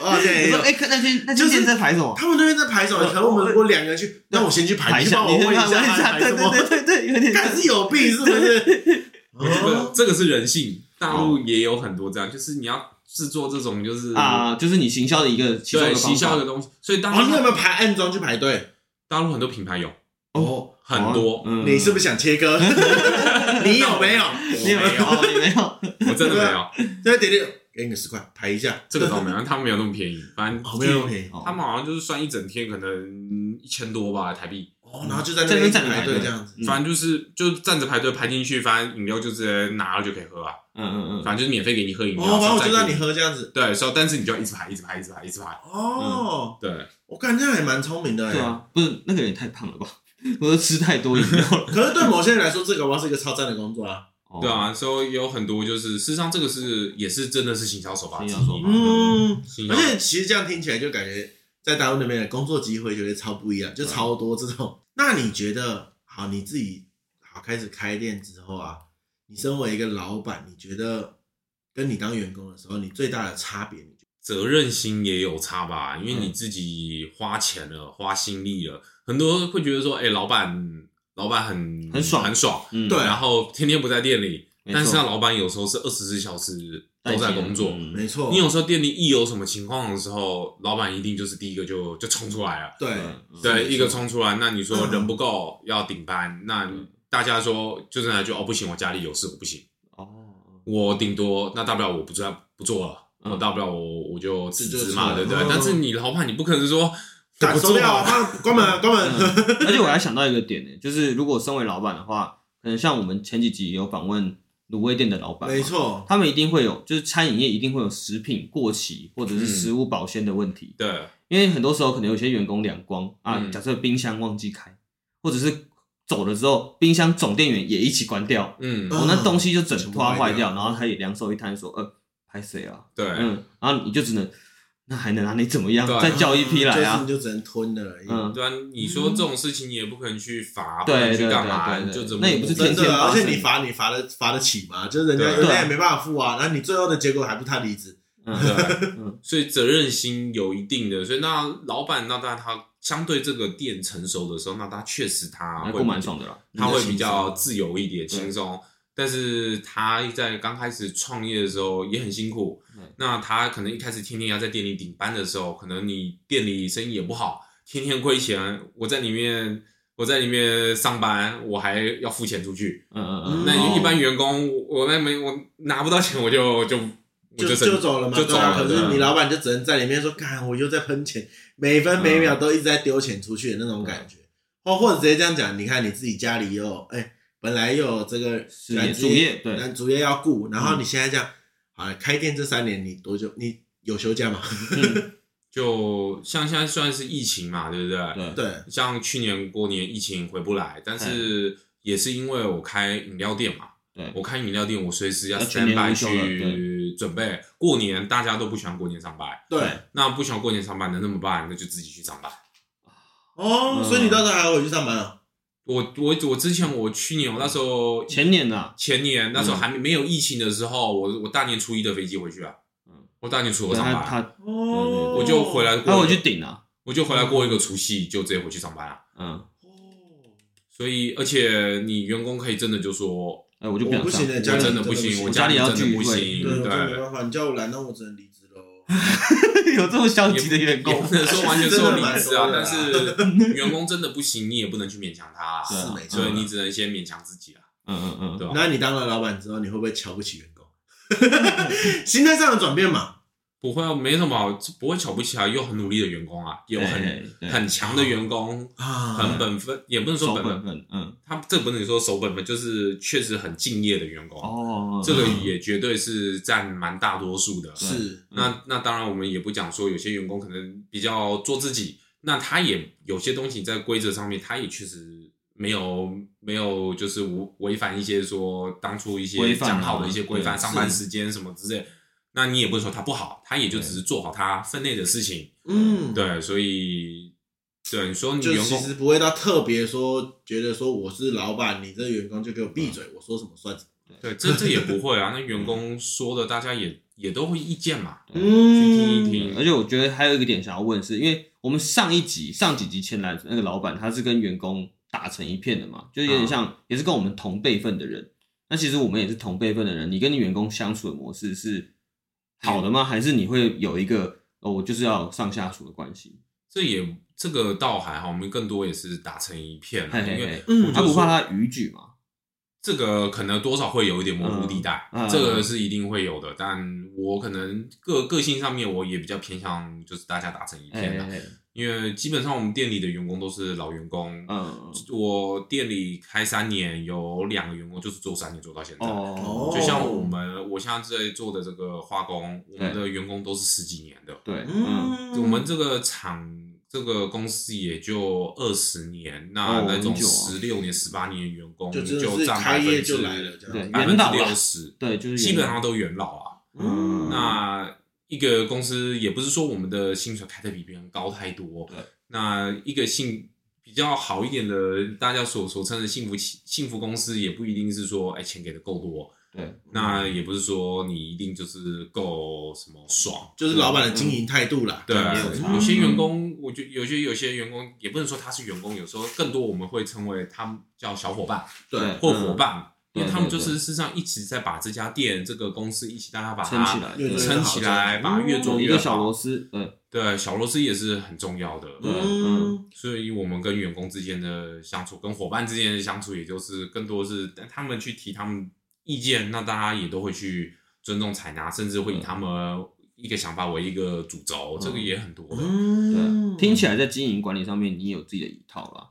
[SPEAKER 2] 我啊，
[SPEAKER 1] 你
[SPEAKER 2] 对，
[SPEAKER 1] 说，哎，看那天那
[SPEAKER 2] 就
[SPEAKER 1] 天
[SPEAKER 2] 是
[SPEAKER 1] 健身排什么？
[SPEAKER 2] 他们那边在排
[SPEAKER 1] 哦
[SPEAKER 2] 什么？可能我们我两个人去，那我先去排
[SPEAKER 1] 一
[SPEAKER 2] 去帮
[SPEAKER 1] 下，
[SPEAKER 2] 我
[SPEAKER 1] 你
[SPEAKER 2] 问
[SPEAKER 1] 看
[SPEAKER 2] 一下他在排
[SPEAKER 1] 对
[SPEAKER 2] 什
[SPEAKER 1] 对
[SPEAKER 2] 么。
[SPEAKER 1] 对对对，有点像
[SPEAKER 2] 干是有病是不是？
[SPEAKER 3] 这个
[SPEAKER 2] 哦，
[SPEAKER 3] 这个是人性，大陆也有很多这样，就是你要制作这种就是
[SPEAKER 1] 啊，就是你行销的一个其中一
[SPEAKER 3] 对
[SPEAKER 1] 个方
[SPEAKER 3] 行
[SPEAKER 1] 法
[SPEAKER 3] 销的东西，所以大
[SPEAKER 2] 哦，你有没
[SPEAKER 3] 陆
[SPEAKER 2] 有排暗中去排队？
[SPEAKER 3] 大陆很多品牌有
[SPEAKER 2] 哦，
[SPEAKER 3] 很多，
[SPEAKER 1] 嗯
[SPEAKER 2] 你是不是想切割？ 你有没 有？
[SPEAKER 1] 你有没有？你没有？
[SPEAKER 3] 我真的没有，
[SPEAKER 2] 对点点，给你个十块，排一下。
[SPEAKER 3] 这个倒没有，他们没有那么便宜，反正
[SPEAKER 2] 哦，没有那么便宜。
[SPEAKER 3] 他们好像就是算一整天可能一千多吧台币，
[SPEAKER 2] 哦，然后就在那边一直排队这样子。
[SPEAKER 1] 嗯
[SPEAKER 3] 反正就是就站着排队排进去，反正饮料就直接拿了就可以喝啊，
[SPEAKER 1] 嗯嗯嗯，
[SPEAKER 3] 反正就是免费给你喝饮料，
[SPEAKER 2] 哦，反正我就
[SPEAKER 3] 再
[SPEAKER 2] 让
[SPEAKER 3] 给
[SPEAKER 2] 你喝这样子。
[SPEAKER 3] 对，所以但是你就要一直排，一直排，一直排，一直排。
[SPEAKER 2] 哦，
[SPEAKER 3] 对，
[SPEAKER 2] 我感觉还蛮聪明的。
[SPEAKER 1] 嗯对。啊，不是那个人也太胖了吧？ 我都吃太多饮料 了。
[SPEAKER 2] 欸
[SPEAKER 1] 哦
[SPEAKER 2] 可是对某些人来说，这个我是一个超赞的工作啊。
[SPEAKER 3] 对，啊，所以有很多就是，事实上这个是也是真的是行销手法
[SPEAKER 1] 行
[SPEAKER 3] 之
[SPEAKER 1] 销
[SPEAKER 3] 一
[SPEAKER 1] 手
[SPEAKER 3] 嘛。
[SPEAKER 1] 法
[SPEAKER 2] 嗯，
[SPEAKER 3] 行销
[SPEAKER 2] 而且其实这样听起来就感觉在大陆那边的工作机会觉得超不一样，就超多这种。那你觉得，好，你自己好开始开店之后啊，你身为一个老板，你觉得跟你当员工的时候，你最大的差别，你觉
[SPEAKER 3] 责任心也有差吧，因为
[SPEAKER 1] 嗯
[SPEAKER 3] 你自己花钱了，花心力了，很多会觉得说，哎、老板，老板很
[SPEAKER 1] 很爽
[SPEAKER 3] 很爽，
[SPEAKER 1] 嗯，
[SPEAKER 2] 对
[SPEAKER 3] 然后天天不在店里，
[SPEAKER 1] 没错
[SPEAKER 3] 但是他老板有时候是二十四小时
[SPEAKER 1] 代
[SPEAKER 3] 都在
[SPEAKER 1] 替
[SPEAKER 3] 工作。
[SPEAKER 1] 嗯
[SPEAKER 2] 得？没错，
[SPEAKER 3] 你有时候店里一有什么情况的时候，老板一定就是第一个就就冲出来了。
[SPEAKER 2] 对
[SPEAKER 1] 嗯
[SPEAKER 3] 对，
[SPEAKER 2] 没
[SPEAKER 3] 一个
[SPEAKER 2] 错
[SPEAKER 3] 冲出来，那你说
[SPEAKER 2] 嗯
[SPEAKER 3] 人不够要顶班，那大家说就是那句哦不行，我家里有事，我不行，
[SPEAKER 1] 哦，
[SPEAKER 3] 我顶多那大不了我不做不做了，
[SPEAKER 1] 嗯
[SPEAKER 3] 我大不了我我就辞职嘛，
[SPEAKER 2] 辞
[SPEAKER 3] 对
[SPEAKER 2] 职
[SPEAKER 3] 不对
[SPEAKER 2] 嗯？
[SPEAKER 3] 但是你老板你不可能说我
[SPEAKER 2] 敢
[SPEAKER 3] 不
[SPEAKER 2] 收
[SPEAKER 3] 做
[SPEAKER 2] 掉啊，
[SPEAKER 3] 啊，
[SPEAKER 2] 帮关门啊，关门。
[SPEAKER 1] 而且我还想到一个点呢，就是如果身为老板的话，可能像我们前几集有访问卤味店的老板，
[SPEAKER 2] 没，错，
[SPEAKER 1] 他们一定会有，就是餐饮业一定会有食品过期或者是
[SPEAKER 3] 嗯
[SPEAKER 1] 食物保鲜的问题。
[SPEAKER 3] 对，
[SPEAKER 1] 因为很多时候可能有些员工两光啊，
[SPEAKER 3] 嗯
[SPEAKER 1] 假设冰箱忘记开，或者是走了之后，冰箱总电源也一起关掉，
[SPEAKER 3] 嗯，
[SPEAKER 1] 我、那东西就整
[SPEAKER 2] 全部
[SPEAKER 3] 啊
[SPEAKER 1] 拖坏
[SPEAKER 2] 坏掉
[SPEAKER 1] 掉，然后他也两手一摊说，呃，拍谁啊？
[SPEAKER 3] 对，
[SPEAKER 1] 嗯，然后你就只能，那还能拿你怎么样？
[SPEAKER 3] 对
[SPEAKER 1] 再叫一批来
[SPEAKER 2] 嗯就是你
[SPEAKER 1] 啊，
[SPEAKER 2] 就只能吞了而已。
[SPEAKER 1] 嗯，
[SPEAKER 3] 对啊，你说这种事情你也不可能去罚，不
[SPEAKER 1] 对
[SPEAKER 3] 可能去
[SPEAKER 1] 对
[SPEAKER 3] 干嘛，
[SPEAKER 1] 对对
[SPEAKER 3] 你就
[SPEAKER 1] 对
[SPEAKER 3] 怎么
[SPEAKER 1] 那也不是
[SPEAKER 2] 真
[SPEAKER 1] 天天
[SPEAKER 2] 的啊，
[SPEAKER 1] 发
[SPEAKER 2] 而
[SPEAKER 1] 生
[SPEAKER 2] 且你罚你罚的罚得起吗？就是人家
[SPEAKER 3] 对
[SPEAKER 2] 有些人没办法付啊，然后你最后的结果还不是他离职，
[SPEAKER 1] 嗯，
[SPEAKER 3] 对啊
[SPEAKER 1] 嗯，
[SPEAKER 3] 所以责任心有一定的，所以那老板那当然他相对这个店成熟的时候，那他确实他
[SPEAKER 1] 还
[SPEAKER 3] 会
[SPEAKER 1] 过蛮爽的啦。
[SPEAKER 3] 他会比较自由一点，轻松。但是他在刚开始创业的时候也很辛苦
[SPEAKER 1] 嗯，
[SPEAKER 3] 那他可能一开始天天要在店里顶班的时候，可能你店里生意也不好，天天亏钱。我在里面，我在里面上班，我还要付钱出去。
[SPEAKER 1] 嗯嗯嗯，
[SPEAKER 3] 那
[SPEAKER 1] 哦
[SPEAKER 3] 一般员工，我那没我拿不到钱，我就就我
[SPEAKER 2] 就
[SPEAKER 3] 就
[SPEAKER 2] 就
[SPEAKER 3] 生
[SPEAKER 2] 走了嘛。
[SPEAKER 3] 就
[SPEAKER 2] 对
[SPEAKER 3] 走
[SPEAKER 2] 啊
[SPEAKER 3] 了。
[SPEAKER 2] 可
[SPEAKER 3] 对
[SPEAKER 2] 是
[SPEAKER 3] 啊
[SPEAKER 2] 你老板就只能在里面说：“看，我又在喷钱，每分每
[SPEAKER 3] 嗯
[SPEAKER 2] 秒都一直在丢钱出去的那种感觉。”或或者直接这样讲，你看你自己家里又哎、本来又有这个
[SPEAKER 1] 事业
[SPEAKER 2] 男
[SPEAKER 1] 主业对
[SPEAKER 2] 男主业要顾，然
[SPEAKER 3] 嗯
[SPEAKER 2] 后你现在这样，好了，开店这三年你多久？你有休假吗？
[SPEAKER 3] 嗯就像现在虽然是疫情嘛，对不对？
[SPEAKER 1] 对，
[SPEAKER 2] 对，
[SPEAKER 3] 像去年过年疫情回不来，但是也是因为我开饮料店嘛，
[SPEAKER 1] 对
[SPEAKER 3] 我开饮料店，我随时要
[SPEAKER 1] 要全年
[SPEAKER 3] stand by
[SPEAKER 1] 无休了
[SPEAKER 3] 去准备过年，大家都不喜欢过年上班，
[SPEAKER 2] 对，
[SPEAKER 3] 那不喜欢过年上班能怎么办？那就自己去上班。
[SPEAKER 2] 哦，
[SPEAKER 1] 嗯
[SPEAKER 2] 所以你到时候还要回去上班啊？
[SPEAKER 3] 我我我之前我去年我那时候
[SPEAKER 1] 嗯前年呐，嗯
[SPEAKER 3] 前年那时候还没有疫情的时候，我我大年初一的飞机回去啊，
[SPEAKER 1] 嗯
[SPEAKER 3] 我大年初五
[SPEAKER 1] 对
[SPEAKER 3] 上
[SPEAKER 1] 他
[SPEAKER 3] 班啊，
[SPEAKER 1] 他
[SPEAKER 2] 哦，
[SPEAKER 3] 我就回来
[SPEAKER 1] 他
[SPEAKER 3] 过
[SPEAKER 1] 回
[SPEAKER 3] 一
[SPEAKER 1] 去
[SPEAKER 3] 个，
[SPEAKER 1] 顶啊，
[SPEAKER 3] 我就回来过一个除夕，就直接回去上班啊。
[SPEAKER 1] 嗯，
[SPEAKER 2] 哦，
[SPEAKER 3] 所以，而且你员工可以真的就说，
[SPEAKER 1] 哎，我就
[SPEAKER 2] 我
[SPEAKER 1] 想
[SPEAKER 2] 不行
[SPEAKER 1] 上
[SPEAKER 2] 的，家
[SPEAKER 3] 我
[SPEAKER 2] 里
[SPEAKER 3] 真的
[SPEAKER 2] 不
[SPEAKER 3] 不行，我
[SPEAKER 1] 家里
[SPEAKER 3] 里
[SPEAKER 1] 要
[SPEAKER 3] 真的不
[SPEAKER 1] 聚会
[SPEAKER 3] 行，
[SPEAKER 2] 对，我真没
[SPEAKER 3] 对，
[SPEAKER 2] 办法，你叫我来，那我只能离职喽。
[SPEAKER 1] 有这么消极的员
[SPEAKER 3] 也
[SPEAKER 1] 工
[SPEAKER 3] 不，能说完全说离职啊，但
[SPEAKER 2] 其实
[SPEAKER 3] 是员工真的不行，你也不能去勉强 他啊，
[SPEAKER 1] 是啊
[SPEAKER 2] 没错
[SPEAKER 3] 所以你只能先勉强自己啊，
[SPEAKER 1] 嗯嗯嗯，
[SPEAKER 3] 对吧？
[SPEAKER 2] 那你当了老板之后，你会不会瞧不起员工？ 心态上的转变嘛，
[SPEAKER 3] 不会啊，没什么好，不会瞧不起啊，有很努力的员工啊，有很
[SPEAKER 1] 对对
[SPEAKER 3] 很强的员工，
[SPEAKER 2] 啊
[SPEAKER 3] 很本分，也不能
[SPEAKER 1] 守
[SPEAKER 3] 说本分
[SPEAKER 1] 本，分，嗯，
[SPEAKER 3] 他这不能说守本分，就是确实很敬业的员工，
[SPEAKER 1] 哦，
[SPEAKER 3] 这个也绝对是占蛮大多数的。
[SPEAKER 2] 是
[SPEAKER 3] 那那当然，我们也不讲说有些员工可能比较做自己，那他也有些东西在规则上面，他也确实没有没有就是违违反一些说当初一些
[SPEAKER 1] 规范啊
[SPEAKER 3] 讲好的一些规范，
[SPEAKER 1] 对
[SPEAKER 3] 上班
[SPEAKER 2] 是
[SPEAKER 3] 时间什么之类。那你也不是说他不好，他也就
[SPEAKER 1] 对
[SPEAKER 3] 只是做好他分内的事情。
[SPEAKER 2] 嗯，，
[SPEAKER 3] 对，所以对你说你
[SPEAKER 2] 就
[SPEAKER 3] 员
[SPEAKER 2] 其
[SPEAKER 3] 工
[SPEAKER 2] 实不会到特别说觉得说我是老板，你这员工就给我闭嘴，我说什么算什么。
[SPEAKER 3] 对这这也 不会啊，那员工说的大家也也都会意见嘛。
[SPEAKER 2] 嗯
[SPEAKER 3] 去听一听
[SPEAKER 1] 而且我觉得还有一个点想要问是，因为我们上一集上几集前来那个老板，他是跟员工打成一片的嘛，就是有点像、也是跟我们同辈分的人。那其实我们也是同辈分的人，你跟你员工相处的模式是好的
[SPEAKER 3] 嗯
[SPEAKER 1] 吗？还是你会有一个哦，我就是要有上下属的关系？
[SPEAKER 3] 这也这个倒还好，我们更多也是打成一片了，
[SPEAKER 1] 嘿嘿
[SPEAKER 3] 啊因
[SPEAKER 1] 嘿
[SPEAKER 3] 为，
[SPEAKER 2] 嗯
[SPEAKER 3] 我
[SPEAKER 1] 他
[SPEAKER 3] 就
[SPEAKER 1] 不
[SPEAKER 3] 说
[SPEAKER 1] 怕他逾矩嘛？
[SPEAKER 3] 这个可能多少会有一点模糊地带，
[SPEAKER 1] 嗯嗯
[SPEAKER 3] 这个是一定会有的。但我可能个个性上面，我也比较偏向就是大家打成一
[SPEAKER 1] 哎、
[SPEAKER 3] 片的，啊
[SPEAKER 1] 哎哎
[SPEAKER 3] 因为基本上我们店里的员工都是老员工。
[SPEAKER 1] 嗯，
[SPEAKER 3] 我店里开三年，有两个员工就是做三年做到现在。
[SPEAKER 1] 哦，
[SPEAKER 3] 就像我们我现在在做的这个化工，我们
[SPEAKER 1] 对
[SPEAKER 3] 的员工都是十几年的，
[SPEAKER 1] 对，嗯，
[SPEAKER 3] 我们这个厂这个公司也就二十年，那
[SPEAKER 1] 哦
[SPEAKER 3] 那种
[SPEAKER 1] 很久啊
[SPEAKER 3] 十六年、十八年的员工
[SPEAKER 2] 嗯就真的是
[SPEAKER 3] 占
[SPEAKER 2] 开
[SPEAKER 3] 百分
[SPEAKER 2] 业
[SPEAKER 3] 之
[SPEAKER 2] 就来了，这
[SPEAKER 1] 对
[SPEAKER 2] 样子。
[SPEAKER 3] 百
[SPEAKER 1] 元
[SPEAKER 3] 分之
[SPEAKER 1] 老
[SPEAKER 3] 六
[SPEAKER 1] 啦
[SPEAKER 3] 十，
[SPEAKER 1] 对，就是
[SPEAKER 3] 基本上
[SPEAKER 1] 都
[SPEAKER 3] 都元老啊。
[SPEAKER 1] 嗯
[SPEAKER 3] 那一个公司也不是说我们的薪水开的比别人高太多
[SPEAKER 1] 对，
[SPEAKER 3] 那一个幸比较好一点的，大家所所称的幸福企幸福公司，也不一定是说哎钱给的够多，
[SPEAKER 1] 对，
[SPEAKER 3] 那也不是说你一定就是够什么爽，
[SPEAKER 2] 就是老板的经营态度啦，
[SPEAKER 3] 对啊
[SPEAKER 1] 也
[SPEAKER 2] 嗯有差，
[SPEAKER 3] 有些员工，我觉有些有些员工也不能说他是员工，有时候更多我们会称为他们叫小伙伴
[SPEAKER 2] 对，
[SPEAKER 3] 或伙伴，
[SPEAKER 1] 嗯
[SPEAKER 3] 因为他们就
[SPEAKER 1] 对
[SPEAKER 3] 是事实上一起在把这家店、这个公司一起大家把
[SPEAKER 1] 撑起
[SPEAKER 3] 它
[SPEAKER 1] 来，
[SPEAKER 2] 越
[SPEAKER 1] 对
[SPEAKER 3] 撑起来，
[SPEAKER 2] 嗯
[SPEAKER 3] 把它越做
[SPEAKER 1] 做一
[SPEAKER 3] 越
[SPEAKER 1] 个小螺
[SPEAKER 3] 好。
[SPEAKER 1] 丝，呃对，
[SPEAKER 3] 对，小螺丝也是很重要的。
[SPEAKER 1] 对
[SPEAKER 2] 嗯，
[SPEAKER 3] 所以我们跟员工之间的相处，跟伙伴之间的相处，也就是更多是他们去提他们意见，那大家也都会去尊重采纳，甚至
[SPEAKER 1] 嗯
[SPEAKER 3] 会以他们一个想法为一个主轴，这个也很多的。
[SPEAKER 2] 嗯
[SPEAKER 1] 对，听起来在经营管理上面你也有自己的一套啦，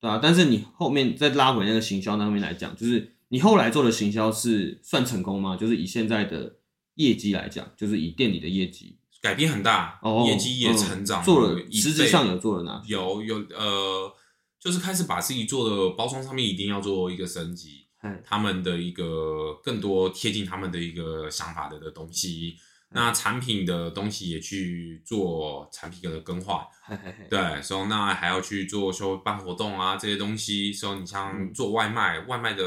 [SPEAKER 1] 对啊，但是你后面再拉回那个行销那方面来讲，就是你后来做的行销是算成功吗？就是以现在的业绩来讲，就是以店里的业绩，
[SPEAKER 3] 改变很大，
[SPEAKER 1] 哦，
[SPEAKER 3] 业绩也成长、
[SPEAKER 1] 嗯做了
[SPEAKER 3] 一倍
[SPEAKER 1] 实质上有做了哪些？
[SPEAKER 3] 有有呃，就是开始把自己做的包装上面一定要做一个升级，
[SPEAKER 1] 哎，
[SPEAKER 3] 他们的一个更多贴近他们的一个想法的的东西。那产品的东西也去做产品的更换，
[SPEAKER 1] 嘿嘿嘿，
[SPEAKER 3] 对，所以那还要去做说办活动啊这些东西。所以你像
[SPEAKER 1] 嗯
[SPEAKER 3] 做外卖，外卖的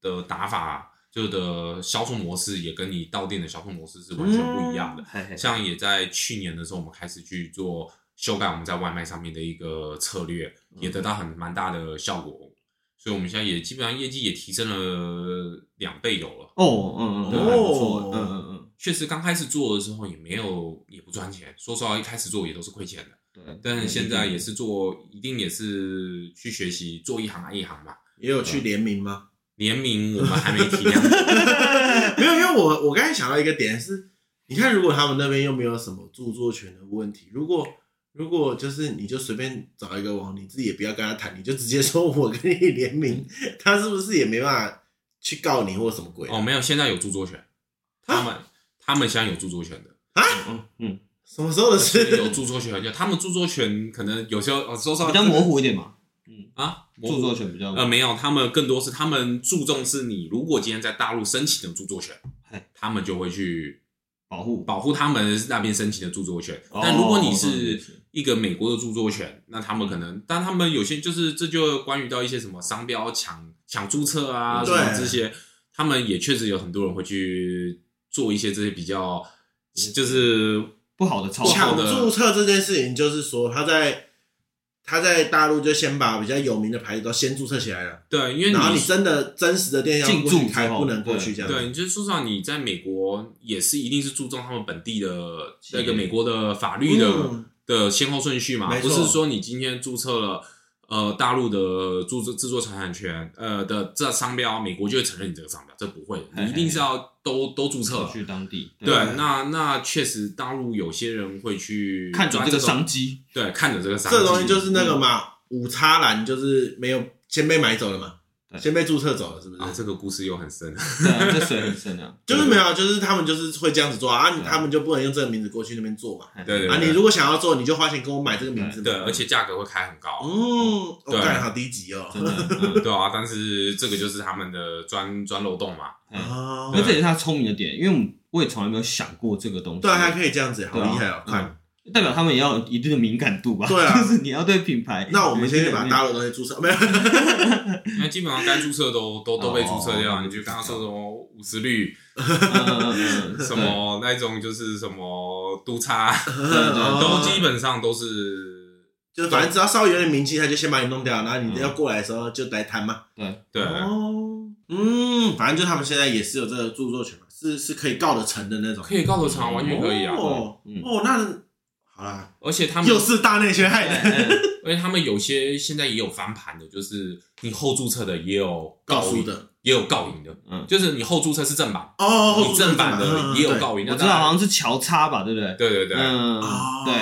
[SPEAKER 3] 的打法就是的销售模式也跟你到店的销售模式是完全不一样的。
[SPEAKER 1] 嘿嘿，
[SPEAKER 3] 像也在去年的时候，我们开始去做修改我们在外卖上面的一个策略，也
[SPEAKER 1] 嗯
[SPEAKER 3] 得到很蛮大的效果，所以我们现在也基本上业绩也提升了两倍有了。
[SPEAKER 1] 哦，嗯嗯，
[SPEAKER 3] 对
[SPEAKER 1] 嗯还不错
[SPEAKER 2] 哦
[SPEAKER 1] 嗯嗯嗯，
[SPEAKER 3] 确实刚开始做的时候也没有也不赚钱，说实话一开始做也都是亏钱的，
[SPEAKER 1] 对，
[SPEAKER 3] 但是现在也是做，一定也是去学习做一行爱一行嘛。
[SPEAKER 2] 也有去联名吗？
[SPEAKER 3] 联名我们还没体谅，
[SPEAKER 2] 没有，因为我我刚才想到一个点是，你看，如果他们那边又没有什么著作权的问题，如果如果就是你就随便找一个网红，你自己也不要跟他谈，你就直接说我跟你联名，他是不是也没办法去告你或什么鬼？
[SPEAKER 3] 嗯哦，没有，现在有著作权，他们他们现在有著作 权的。
[SPEAKER 1] 嗯嗯，
[SPEAKER 2] 什么时候的
[SPEAKER 3] 有
[SPEAKER 2] 事？
[SPEAKER 3] 著作权，就他们著作权可能有些哦，说实话
[SPEAKER 1] 比较模糊一点嘛，
[SPEAKER 3] 啊，模糊
[SPEAKER 1] 著作权比较
[SPEAKER 3] 呃没有，他们更多是他们注重是你如果今天在大陆申请的著作权
[SPEAKER 1] 嘿，
[SPEAKER 3] 他们就会去
[SPEAKER 1] 保护，
[SPEAKER 3] 保护他们那边申请的著作权。
[SPEAKER 1] 哦
[SPEAKER 3] 但如果你
[SPEAKER 1] 嗯
[SPEAKER 3] 是
[SPEAKER 1] 是
[SPEAKER 3] 一个美国的著作权，那他们可能，但他们有些就是这就关于到一些什么商标抢抢注册
[SPEAKER 1] 嗯
[SPEAKER 3] 啊，什
[SPEAKER 2] 对
[SPEAKER 3] 么这些，他们也确实有很多人会去做一些这些比较。就是
[SPEAKER 1] 不好的操
[SPEAKER 3] 不好
[SPEAKER 1] 作
[SPEAKER 3] 的
[SPEAKER 2] 注册这件事情，就是说他在他在大陆就先把比较有名的牌子都先注册起来了，
[SPEAKER 3] 对，因为
[SPEAKER 2] 然后
[SPEAKER 3] 你
[SPEAKER 2] 你真的真实的店要
[SPEAKER 1] 进
[SPEAKER 2] 过去
[SPEAKER 1] 驻之
[SPEAKER 2] 开，
[SPEAKER 1] 后
[SPEAKER 2] 不能过去这样。
[SPEAKER 3] 对，，你就是说实话你在美国也是一定是注重他们本地的
[SPEAKER 1] 企业
[SPEAKER 3] 那个美国的法律的、
[SPEAKER 2] 嗯
[SPEAKER 3] 的先后顺序嘛，
[SPEAKER 2] 没
[SPEAKER 3] 不
[SPEAKER 2] 错
[SPEAKER 3] 是说你今天注册了呃大陆的著作制作财产权呃的这商标，美国就会承认你这个商标，这不会，
[SPEAKER 1] 嘿
[SPEAKER 3] 你一定是要都都注册。
[SPEAKER 1] 去当地
[SPEAKER 3] 对，那那确实，大陆有些人会去
[SPEAKER 1] 看准
[SPEAKER 3] 抓
[SPEAKER 1] 这个
[SPEAKER 3] 种
[SPEAKER 1] 商，机，
[SPEAKER 3] 对，看准这个商机，
[SPEAKER 2] 这东西就是那个
[SPEAKER 3] 嗯
[SPEAKER 2] 嘛，五叉栏就是没有先被买走了嘛，
[SPEAKER 1] 对
[SPEAKER 2] 先被注册走了，是不
[SPEAKER 3] 啊，
[SPEAKER 2] 是？
[SPEAKER 3] 这个故事又很深。
[SPEAKER 1] 对啊，这水很深啊，
[SPEAKER 2] 就是没有，就是他们就是会这样子做啊，你
[SPEAKER 1] 对
[SPEAKER 2] 他们就不能用这个名字过去那边做嘛。
[SPEAKER 1] 哎
[SPEAKER 3] 对对
[SPEAKER 2] 啊，你如果想要做，你就花钱跟我买这个名字嘛。
[SPEAKER 3] 对，而且价格会开很高。
[SPEAKER 2] 嗯，我
[SPEAKER 3] 对啊
[SPEAKER 2] 感好低级哦。
[SPEAKER 1] 真的，嗯
[SPEAKER 3] 对啊，但是这个就是他们的钻钻漏洞嘛。
[SPEAKER 1] 哎
[SPEAKER 2] 哦
[SPEAKER 3] 啊
[SPEAKER 1] 那这也是他聪明的点，因为我们我也从来没有想过这个东西，
[SPEAKER 2] 对啊，还可以这样子，好厉害哦！
[SPEAKER 3] 嗯
[SPEAKER 2] 看，
[SPEAKER 1] 代表他们也要有一定的敏感度吧？
[SPEAKER 2] 对 啊
[SPEAKER 1] 就是你要对品牌。
[SPEAKER 2] 那我们先去把
[SPEAKER 1] 搭
[SPEAKER 2] 大陆的东西注册，没有？
[SPEAKER 3] 因为基本上该注册都都都被注册掉，
[SPEAKER 1] 哦
[SPEAKER 3] 你就刚刚说什么五十率，什
[SPEAKER 1] 什
[SPEAKER 3] 么那种就是什么督差，
[SPEAKER 2] 哦
[SPEAKER 3] 都基本上都是
[SPEAKER 2] 就是反正只要稍微有点名气，他就先把你弄掉，然后你
[SPEAKER 3] 嗯
[SPEAKER 2] 要过来的时候就来谈嘛。
[SPEAKER 1] 对，
[SPEAKER 3] 对。
[SPEAKER 2] 哦，嗯，反正就他们现在也是有这个著作权嘛，是是可以告得成的那种。
[SPEAKER 3] 可以告得成啊，完全可以啊。
[SPEAKER 2] 哦
[SPEAKER 1] 嗯
[SPEAKER 2] 哦，那好啦，
[SPEAKER 3] 而且他们
[SPEAKER 2] 又，是大内宣害的，
[SPEAKER 1] 嗯
[SPEAKER 3] 而且他们有些现在也有翻盘的，就是你后注册的也有
[SPEAKER 2] 告
[SPEAKER 3] 赢
[SPEAKER 2] 诉，的
[SPEAKER 3] 也有告赢的，
[SPEAKER 1] 嗯，
[SPEAKER 3] 就是你后注册是正版，
[SPEAKER 2] 哦，后
[SPEAKER 3] 你
[SPEAKER 2] 诉
[SPEAKER 3] 正版
[SPEAKER 2] 嗯
[SPEAKER 3] 的
[SPEAKER 2] 嗯
[SPEAKER 3] 也有
[SPEAKER 2] 对
[SPEAKER 3] 告赢。
[SPEAKER 1] 我
[SPEAKER 3] 那
[SPEAKER 1] 知道
[SPEAKER 3] 当
[SPEAKER 1] 好
[SPEAKER 3] 然
[SPEAKER 1] 像是乔叉吧，对不对？
[SPEAKER 3] 对对对，
[SPEAKER 1] 嗯，
[SPEAKER 2] 哦
[SPEAKER 1] 对，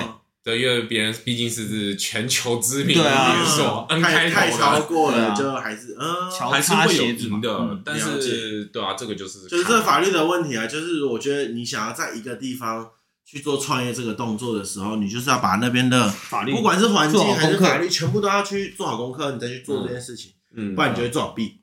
[SPEAKER 3] 对，因为别人毕竟是全球知名
[SPEAKER 1] 对啊
[SPEAKER 3] 连锁，N
[SPEAKER 2] 太
[SPEAKER 3] 嗯开
[SPEAKER 2] 太
[SPEAKER 3] 头
[SPEAKER 2] 超
[SPEAKER 3] 的，
[SPEAKER 2] 过
[SPEAKER 1] 对
[SPEAKER 2] 了，
[SPEAKER 1] 啊
[SPEAKER 2] 就还是嗯，
[SPEAKER 1] 乔
[SPEAKER 3] 还是会有赢的，
[SPEAKER 1] 嗯
[SPEAKER 3] 但
[SPEAKER 2] 了
[SPEAKER 3] 是
[SPEAKER 2] 解
[SPEAKER 3] 对啊，这个就是
[SPEAKER 2] 就是
[SPEAKER 3] 看
[SPEAKER 2] 这法律的问题啊，就是我觉得你想要在一个地方去做创业这个动作的时候，你就是要把那边的
[SPEAKER 1] 法律
[SPEAKER 2] 不管是环境
[SPEAKER 1] 做好
[SPEAKER 2] 还
[SPEAKER 1] 功
[SPEAKER 2] 是
[SPEAKER 1] 课
[SPEAKER 2] 法律，全部都要去做好功课，你再去做这件事情，
[SPEAKER 3] 嗯
[SPEAKER 2] 不，然你就会撞壁。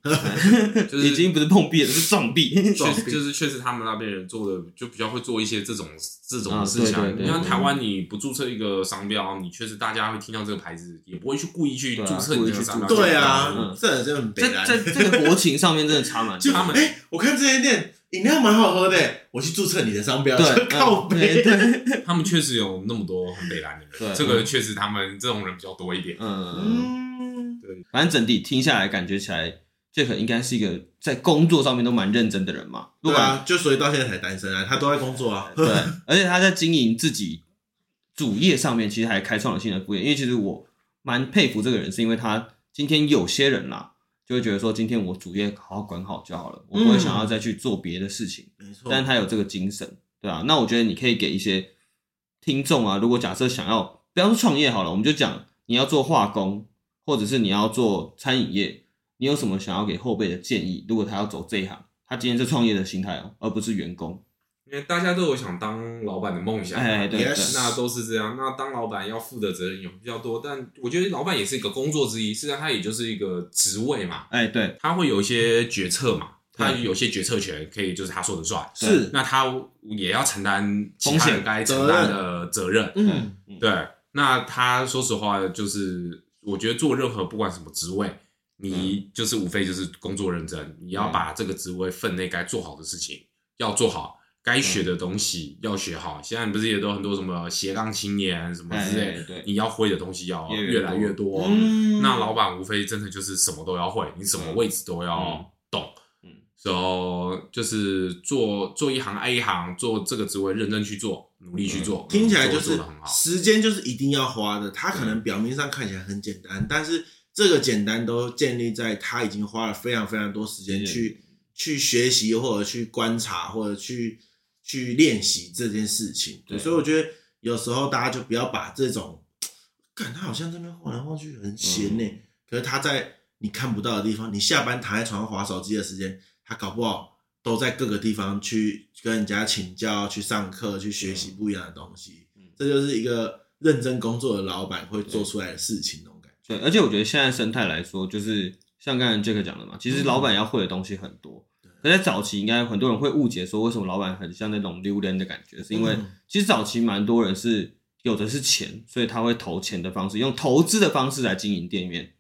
[SPEAKER 3] 就是
[SPEAKER 1] 已经不是碰壁了，是撞壁。
[SPEAKER 2] 撞
[SPEAKER 3] 确
[SPEAKER 2] 壁
[SPEAKER 3] 实就是确实他们那边人做的就比较会做一些这种这种
[SPEAKER 1] 啊
[SPEAKER 3] 的事情啊
[SPEAKER 1] 对。对对
[SPEAKER 3] 你像
[SPEAKER 1] 对
[SPEAKER 3] 台湾，你不注册一个商标，你确实大家会听到这个牌子，也不会去故意去
[SPEAKER 1] 对啊
[SPEAKER 3] 注册你这个商标。
[SPEAKER 1] 故意去注册
[SPEAKER 2] 对
[SPEAKER 1] 嗯
[SPEAKER 2] 啊，这真的很悲
[SPEAKER 1] 在
[SPEAKER 2] 哀。
[SPEAKER 1] 在 这个国情上面真的差蛮
[SPEAKER 2] 就
[SPEAKER 1] 多。
[SPEAKER 3] 他们
[SPEAKER 2] 哎，我看这间店饮料蛮好喝的，我去注册你的商标，
[SPEAKER 1] 对， 嗯
[SPEAKER 2] 靠背
[SPEAKER 1] 对。对，
[SPEAKER 3] 他们确实有那么多很北蓝的
[SPEAKER 1] 对
[SPEAKER 3] 人，这个确实他们这种人比较多一点。
[SPEAKER 1] 嗯，
[SPEAKER 2] 嗯，
[SPEAKER 1] 反正整体听下来，感觉起来，这可应该是一个在工作上面都蛮认真的人嘛。不
[SPEAKER 2] 对
[SPEAKER 1] 管
[SPEAKER 2] 啊，就所以到现在才单身啊，他都在工作啊。
[SPEAKER 1] 对，而且他在经营自己主业上面，其实还开创了新的副业。因为其实我蛮佩服这个人，是因为他今天有些人啦，就会觉得说，今天我主业好好管好就好了，我不会想要再去做别的事情。
[SPEAKER 2] 没错，
[SPEAKER 1] 但是他有这个精神，对啊。那我觉得你可以给一些听众啊，如果假设想要不要说创业好了，我们就讲你要做化工，或者是你要做餐饮业，你有什么想要给后辈的建议？如果他要走这一行，他今天是创业的心态哦，而不是员工。
[SPEAKER 3] 因为大家都有想当老板的梦想，
[SPEAKER 1] 哎对
[SPEAKER 2] Yes
[SPEAKER 3] 那都是这样。那当老板要负的责任也比较多，但我觉得老板也是一个工作之一，事实际上他也就是一个职位嘛，
[SPEAKER 1] 哎，对，
[SPEAKER 3] 他会有一些决策嘛，他
[SPEAKER 1] 对
[SPEAKER 3] 有些决策权可以就是他说的算，
[SPEAKER 2] 是，
[SPEAKER 3] 那他也要承担其他
[SPEAKER 1] 风
[SPEAKER 3] 人
[SPEAKER 1] 险
[SPEAKER 3] 该承担的责任。
[SPEAKER 2] 嗯，
[SPEAKER 1] 嗯，
[SPEAKER 3] 对，那他说实话就是，我觉得做任何不管什么职位。你就是无非就是工作认真，你要
[SPEAKER 1] 嗯
[SPEAKER 3] 把这个职位分内该做好的事情要做好，该学的东
[SPEAKER 1] 嗯
[SPEAKER 3] 西要学好。现在不是也都很多什么斜杠青年什么之
[SPEAKER 1] 哎
[SPEAKER 3] 类
[SPEAKER 1] 哎，对
[SPEAKER 3] 你要会的东西要
[SPEAKER 1] 越来越
[SPEAKER 3] 越来越多。
[SPEAKER 2] 嗯
[SPEAKER 3] 那老板无非真的就是什么都要会，你什么位置都要懂。
[SPEAKER 1] 嗯嗯
[SPEAKER 3] 然后就是做做一行爱一行，做这个职位认真去做，努力去做，
[SPEAKER 2] 嗯听起来
[SPEAKER 3] 做
[SPEAKER 2] 就
[SPEAKER 3] 做
[SPEAKER 2] 是
[SPEAKER 3] 的很好。
[SPEAKER 2] 时间就是一定要花的。它可能表面上看起来很简
[SPEAKER 3] 嗯
[SPEAKER 2] 单，但是这个简单都建立在他已经花了非常非常多时间
[SPEAKER 1] 嗯
[SPEAKER 2] 去去学习，或者去观察，或者去去练习这件事情。对，
[SPEAKER 1] 对
[SPEAKER 2] 所以我觉得有时候大家就不要把这种，感他好像这边晃来晃去很
[SPEAKER 3] 嗯
[SPEAKER 2] 闲呢、可是他在你看不到的地方，你下班躺在床上划手机的时间，他搞不好都在各个地方去跟人家请教、去上课、去学习不一样的东西。
[SPEAKER 1] 嗯
[SPEAKER 2] 这就是一个认真工作的老板会做出来的事情，那种感觉。
[SPEAKER 1] 对，而且我觉得现在生态来说，就是像刚才 Jack 讲的嘛，其实老板要会的东西很多。可在早期，应该很多人会误解说，为什么老板很像那种溜人的感觉，是因为
[SPEAKER 2] 嗯
[SPEAKER 1] 其实早期蛮多人是有的是钱，所以他会投钱的方式，用投资的方式来经营店面。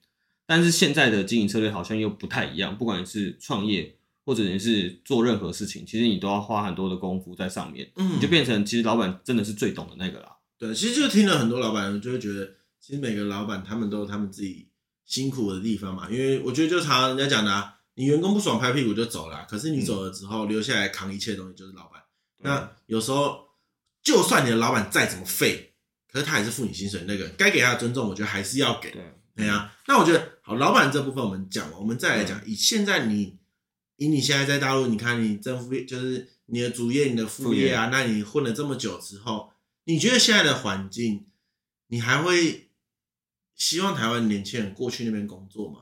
[SPEAKER 1] 但是现在的经营策略好像又不太一样，不管是创业或者你是做任何事情，其实你都要花很多的功夫在上面，
[SPEAKER 2] 嗯
[SPEAKER 1] 你就变成其实老板真的是最懂的那个啦。
[SPEAKER 2] 对，其实就听了很多老板，就会觉得其实每个老板他们都有他们自己辛苦的地方嘛。因为我觉得就常常人家讲的、啊，你员工不爽拍屁股就走了啊、可是你走了之后、留下来扛一切东西就是老板。那有时候就算你的老板再怎么废，可是他也是付你薪水，那个该给他的尊重，我觉得还是要给。
[SPEAKER 1] 对，
[SPEAKER 2] 对啊，那我觉得好，老板这部分我们讲完，我们再来讲。以现在你，以你现在在大陆，你看你正副业就是你的主业、你的副业啊，那你混了这么久之后，你觉得现在的环境，你还会希望台湾年轻人过去那边工作吗？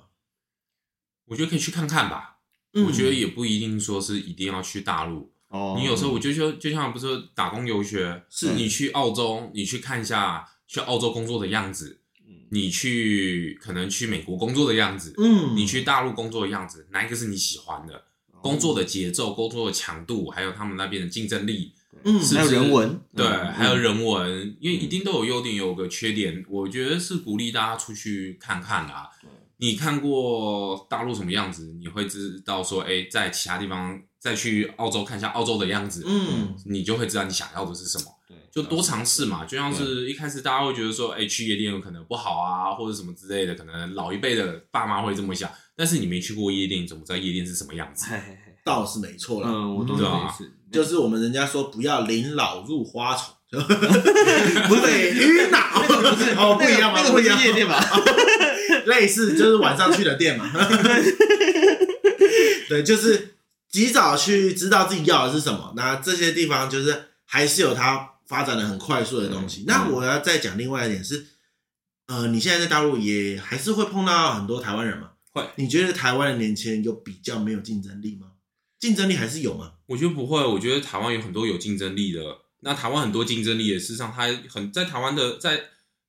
[SPEAKER 3] 我觉得可以去看看吧。
[SPEAKER 2] 嗯
[SPEAKER 3] 我觉得也不一定说是一定要去大陆，
[SPEAKER 1] 哦，
[SPEAKER 3] 你有时候我就说，就像不是说打工游学，
[SPEAKER 2] 是
[SPEAKER 3] 你去澳洲，你去看一下去澳洲工作的样子，
[SPEAKER 1] 嗯
[SPEAKER 3] 你去可能去美国工作的样子，
[SPEAKER 2] 嗯，
[SPEAKER 3] 你去大陆工作的样子，哪一个是你喜欢的？
[SPEAKER 1] 哦
[SPEAKER 3] 工作的节奏、工作的强度，还有他们那边的竞争力，
[SPEAKER 2] 嗯
[SPEAKER 3] 是
[SPEAKER 1] 还有人文，
[SPEAKER 3] 对，
[SPEAKER 1] 嗯
[SPEAKER 3] 还有
[SPEAKER 1] 嗯
[SPEAKER 3] 人文，因为一定都有优点，有个缺点，我觉得是鼓励大家出去看看啦
[SPEAKER 1] 对。
[SPEAKER 3] 你看过大陆什么样子，你会知道说，哎，在其他地方再去澳洲看一下澳洲的样子，
[SPEAKER 2] 嗯
[SPEAKER 3] 你就会知道你想要的是什么，
[SPEAKER 1] 对，
[SPEAKER 3] 就多尝试嘛。就像是一开始大家会觉得说，哎，去夜店有可能不好啊，或者什么之类的，可能老一辈的爸妈会这么想。但是你没去过夜店，你怎么知道夜店是什么样子？
[SPEAKER 1] 嘿嘿嘿
[SPEAKER 2] 倒是没错啦。
[SPEAKER 1] 嗯，我懂你
[SPEAKER 3] 对
[SPEAKER 1] 的
[SPEAKER 3] 啊
[SPEAKER 1] 意思，
[SPEAKER 2] 就是我们人家说不要临老入花丛， 不是晕脑，哦不一样吗？
[SPEAKER 1] 那个
[SPEAKER 2] 不
[SPEAKER 1] 不
[SPEAKER 2] 一
[SPEAKER 1] 是
[SPEAKER 2] 样，啊
[SPEAKER 1] 夜店吧？
[SPEAKER 2] 类似就是晚上去的店 嘛。对，就是及早去知道自己要的是什么。那这些地方就是还是有它发展的很快速的东西。
[SPEAKER 1] 嗯
[SPEAKER 2] 那我要再讲另外一点是，呃，你现在在大陆也还是会碰到很多台湾人嘛？
[SPEAKER 3] 会
[SPEAKER 2] 你觉得台湾的年轻人有比较没有竞争力吗？竞争力还是有吗？
[SPEAKER 3] 我觉得不会，我觉得台湾有很多有竞争力的。那台湾很多竞争力的，事实上他很在台湾的，在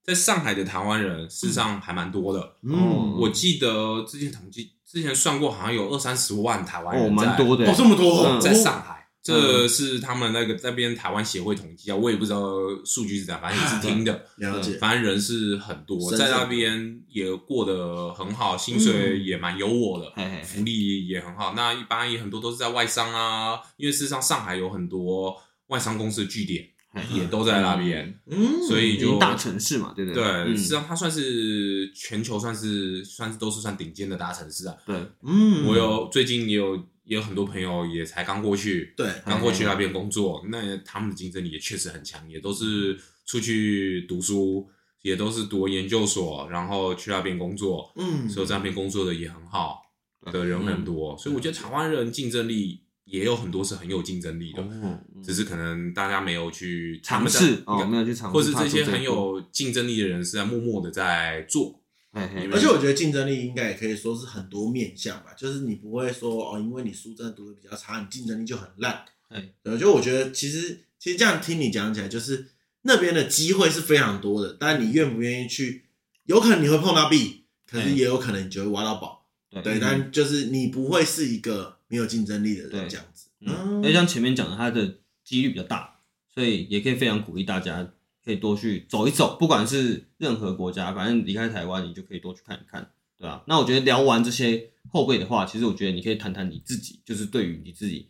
[SPEAKER 3] 在上海的台湾人，事实上还蛮多的。
[SPEAKER 1] 嗯
[SPEAKER 3] 哦我记得之前统计，之前算过，好像有二三十万台湾
[SPEAKER 1] 哦，
[SPEAKER 3] 人在、
[SPEAKER 1] 蛮多的
[SPEAKER 2] 哦，这么多哦
[SPEAKER 1] 嗯
[SPEAKER 3] 在上海，这是他们那个那边台湾协会统计啊，我也不知道数据是怎样，反正也是听的。
[SPEAKER 2] 嗯了解，
[SPEAKER 3] 反正人是很多，
[SPEAKER 2] 深圳
[SPEAKER 3] 在那边也过得很
[SPEAKER 1] 嗯
[SPEAKER 3] 好，薪水也蛮有我的，
[SPEAKER 1] 嘿嘿嘿
[SPEAKER 3] 福利也很好。那一般也很多都是在外商啊，因为事实上上海有很多外商公司的据点
[SPEAKER 1] 嘿
[SPEAKER 3] 也都在那边，
[SPEAKER 2] 嗯，
[SPEAKER 3] 所以
[SPEAKER 1] 因为
[SPEAKER 3] 就
[SPEAKER 1] 大城市嘛，对不
[SPEAKER 3] 对，啊
[SPEAKER 1] 对
[SPEAKER 3] 事实
[SPEAKER 1] 嗯，
[SPEAKER 3] 上它算是全球算是算是都是算顶尖的大城市啊。
[SPEAKER 1] 对，
[SPEAKER 2] 嗯，
[SPEAKER 3] 我有最近也有也有很多朋友也才刚过去，
[SPEAKER 2] 对，
[SPEAKER 3] 刚过去
[SPEAKER 2] 哎
[SPEAKER 3] 那边工作，那他们的竞争力也确实很强，也都
[SPEAKER 2] 嗯
[SPEAKER 3] 是出去读书，也都是读研究所，然后去那边工作，
[SPEAKER 2] 嗯，
[SPEAKER 3] 所以在那边工作的也很好，
[SPEAKER 1] 对
[SPEAKER 3] 的人很多，
[SPEAKER 1] 嗯
[SPEAKER 3] 所以我觉得台湾人竞争力也有很多是很有竞争力的，
[SPEAKER 1] 哦嗯
[SPEAKER 3] 只是可能大家没有去
[SPEAKER 1] 尝试
[SPEAKER 3] 他们在
[SPEAKER 1] 哦，没有去尝试，
[SPEAKER 3] 或是这些
[SPEAKER 1] 踏出
[SPEAKER 3] 很
[SPEAKER 1] 一步，
[SPEAKER 3] 有竞争力的人是在默默的在做，
[SPEAKER 1] 嘿嘿
[SPEAKER 2] 而且我觉得竞争力应该也可以说是很多面向吧，就是你不会说哦，因为你书真的读的比较差，你竞争力就很烂。
[SPEAKER 1] 哎
[SPEAKER 2] 对，就我觉得其实其实这样听你讲起来，就是那边的机会是非常多的，但你愿不愿意去，有可能你会碰到壁，可是
[SPEAKER 1] 哎
[SPEAKER 2] 也有可能你就会挖到宝。对，
[SPEAKER 1] 嗯
[SPEAKER 2] 但就是你不会是一个没有竞争力的人
[SPEAKER 1] 对
[SPEAKER 2] 这样子。
[SPEAKER 1] 嗯，因为像前面讲的，它的几率比较大，所以也可以非常鼓励大家可以多去走一走，不管是任何国家，反正离开台湾你就可以多去看一看，对啊。那我觉得聊完这些后辈的话，其实我觉得你可以谈谈你自己，就是对于你自己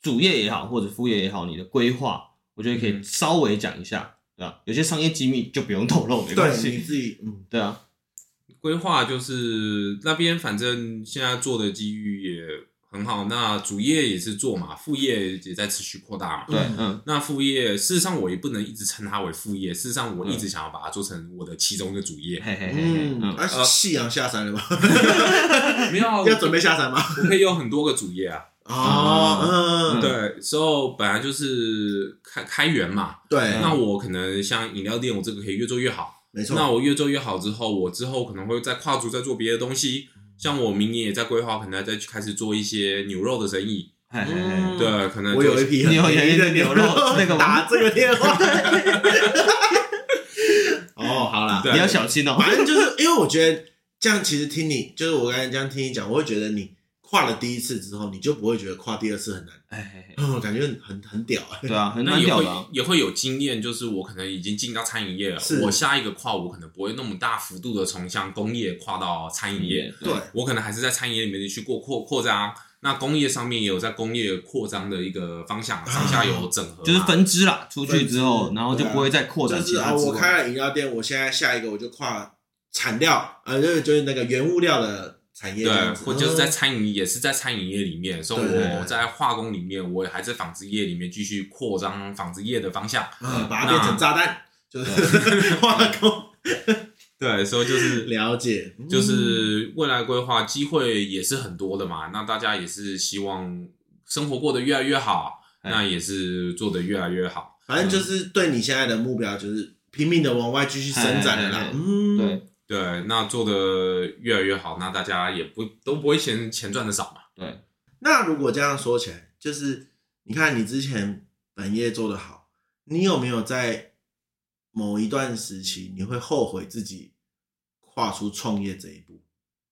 [SPEAKER 1] 主业也好，或者副业也好，你的规划，我觉得可以
[SPEAKER 3] 嗯
[SPEAKER 1] 稍微讲一下，对啊。有些商业机密就不用透露，没关
[SPEAKER 2] 对，你
[SPEAKER 1] 系，
[SPEAKER 2] 自己嗯，
[SPEAKER 1] 对啊，
[SPEAKER 3] 规划就是那边反正现在做的机遇也很好，那主业也是做嘛，副业也在持续扩大嘛。
[SPEAKER 1] 对，
[SPEAKER 2] 嗯
[SPEAKER 1] 嗯，
[SPEAKER 3] 那副业，事实上我也不能一直称它为副业，事实上我
[SPEAKER 1] 嗯
[SPEAKER 3] 一直想要把它做成我的其中一个主业。
[SPEAKER 1] 嘿嘿嘿嘿，
[SPEAKER 2] 嗯，
[SPEAKER 1] 嗯，
[SPEAKER 2] 啊，夕阳下山 了 吗？
[SPEAKER 3] 没有啊，
[SPEAKER 2] 要准备下山吗？
[SPEAKER 3] 我可以有很多个主业啊。
[SPEAKER 2] 哦，嗯，
[SPEAKER 3] 对，所以本来就是开开源嘛。
[SPEAKER 2] 对，
[SPEAKER 3] 那我可能像饮料店，我这个可以越做越好。
[SPEAKER 2] 嗯没错。
[SPEAKER 3] 那我越做越好之后，我之后可能会再跨足再做别的东西，
[SPEAKER 2] 嗯
[SPEAKER 3] 像我明年也在规划，可能再去开始做一些牛肉的生意。
[SPEAKER 1] 嘿嘿
[SPEAKER 2] 嗯
[SPEAKER 1] 嘿，
[SPEAKER 3] 对，可能
[SPEAKER 2] 我有一
[SPEAKER 3] 批
[SPEAKER 2] 批很便宜的
[SPEAKER 1] 牛肉 那个吗
[SPEAKER 2] 打这个电话。 哦，好啦，
[SPEAKER 3] 对
[SPEAKER 1] 你要小心哦，
[SPEAKER 2] 反正就是因为我觉得这样，其实听你就是我刚才这样听你讲，我会觉得你跨了第一次之后，你就不会觉得跨第二次很难，
[SPEAKER 1] 哎，嘿嘿
[SPEAKER 2] 嗯， 感觉很很屌欸。
[SPEAKER 1] 对啊，很
[SPEAKER 3] 那
[SPEAKER 1] 难
[SPEAKER 3] 也
[SPEAKER 1] 屌
[SPEAKER 3] 会
[SPEAKER 1] 的啊，
[SPEAKER 3] 也会有经验，就是我可能已经进到餐饮业了
[SPEAKER 2] 是，
[SPEAKER 3] 我下一个跨我可能不会那么大幅度的从像工业跨到餐饮业，
[SPEAKER 2] 对，
[SPEAKER 3] 我可能还是在餐饮业里面去过扩扩张。那工业上面也有在工业扩张的一个方
[SPEAKER 2] 啊
[SPEAKER 3] 向，上下游整合嘛，
[SPEAKER 1] 就是分支啦，出去之
[SPEAKER 2] 分
[SPEAKER 1] 后，
[SPEAKER 2] 支
[SPEAKER 1] 然后就不会再扩展
[SPEAKER 2] 就
[SPEAKER 1] 其
[SPEAKER 2] 是啊，
[SPEAKER 1] 他
[SPEAKER 2] 哦
[SPEAKER 1] 支
[SPEAKER 2] 我
[SPEAKER 1] 管
[SPEAKER 2] 开了饮料店，我现在下一个我就跨产料，呃，就是就是那个原物料的产业这
[SPEAKER 3] 对，
[SPEAKER 2] 样子，
[SPEAKER 3] 或就是在
[SPEAKER 2] 嗯
[SPEAKER 3] 餐饮也是在餐饮业里面，所以
[SPEAKER 2] 对对
[SPEAKER 3] 我
[SPEAKER 2] 对
[SPEAKER 3] 在化工里面，我也还在纺织业里面继续扩张纺织业的方向。
[SPEAKER 2] 啊，把它变成
[SPEAKER 3] 那
[SPEAKER 2] 炸弹，就是 化工。
[SPEAKER 3] 对，所以就是
[SPEAKER 2] 了解，嗯
[SPEAKER 3] 就是未来规划机会也是很多的嘛，那大家也是希望生活过得越来越好，
[SPEAKER 1] 哎
[SPEAKER 3] 那也是做得越来越好。
[SPEAKER 2] 反正就是对你现在的目标，就是拼命的往外继续伸展
[SPEAKER 1] 哎
[SPEAKER 2] 的
[SPEAKER 1] 哎
[SPEAKER 2] 啦
[SPEAKER 1] 哎。
[SPEAKER 2] 嗯，
[SPEAKER 1] 对
[SPEAKER 3] 对，那做得越来越好，那大家也不都不会嫌钱赚的少嘛。
[SPEAKER 1] 对，
[SPEAKER 2] 那如果这样说起来，就是你看你之前本业做得好，你有没有在某一段时期你会后悔自己跨出创业这一步？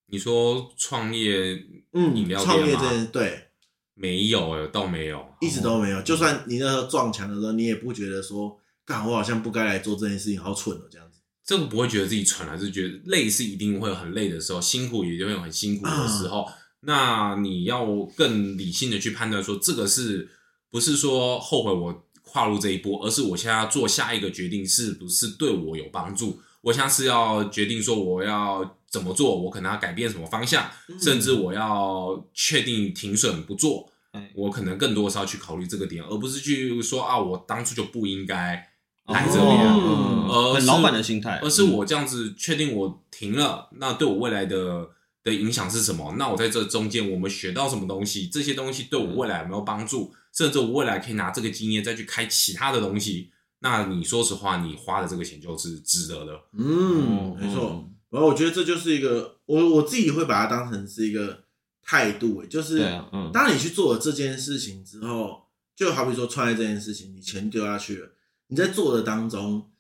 [SPEAKER 3] 你说创业
[SPEAKER 2] 嗯，
[SPEAKER 3] 饮料店
[SPEAKER 2] 创业
[SPEAKER 3] 吗
[SPEAKER 2] 这件对，
[SPEAKER 3] 没有哎、倒没有，
[SPEAKER 2] 一直都
[SPEAKER 3] 哦
[SPEAKER 2] 没有。就算你那时候撞墙的时候，你也不觉得说，干我好像不该来做这件事情，好蠢哦这样子。
[SPEAKER 3] 这个不会觉得自己蠢啊，是觉得累是一定会有很累的时候，辛苦也就会有很辛苦的时候。那你要更理性的去判断说，这个是不是说后悔我跨入这一步，而是我现在要做下一个决定是不是对我有帮助？我现在是要决定说我要怎么做，我可能要改变什么方向，
[SPEAKER 2] 嗯
[SPEAKER 3] 甚至我要确定停损不做
[SPEAKER 1] 哎。
[SPEAKER 3] 我可能更多是要去考虑这个点，而不是去说啊，我当初就不应该
[SPEAKER 1] 哦
[SPEAKER 3] 来这边。
[SPEAKER 1] 嗯
[SPEAKER 3] 而
[SPEAKER 1] 很
[SPEAKER 3] 是
[SPEAKER 1] 老板的心态，
[SPEAKER 3] 而是我这样子确定我停了，那对我未来的的影响是什么？那我在这中间我们学到什么东西？这些东西对我未来有没有帮助？甚至我未来可以拿这个经验再去开其他的东西。那你说实话，你花的这个钱就是值得的。哦
[SPEAKER 2] 嗯，没错。
[SPEAKER 1] 嗯，
[SPEAKER 2] 然后我觉得这就是一个，我我自己会把它当成是一个态度、欸，就是
[SPEAKER 1] 对啊嗯
[SPEAKER 2] 当你去做了这件事情之后，就好比说创业这件事情，你钱丢下去了，你在做的当中，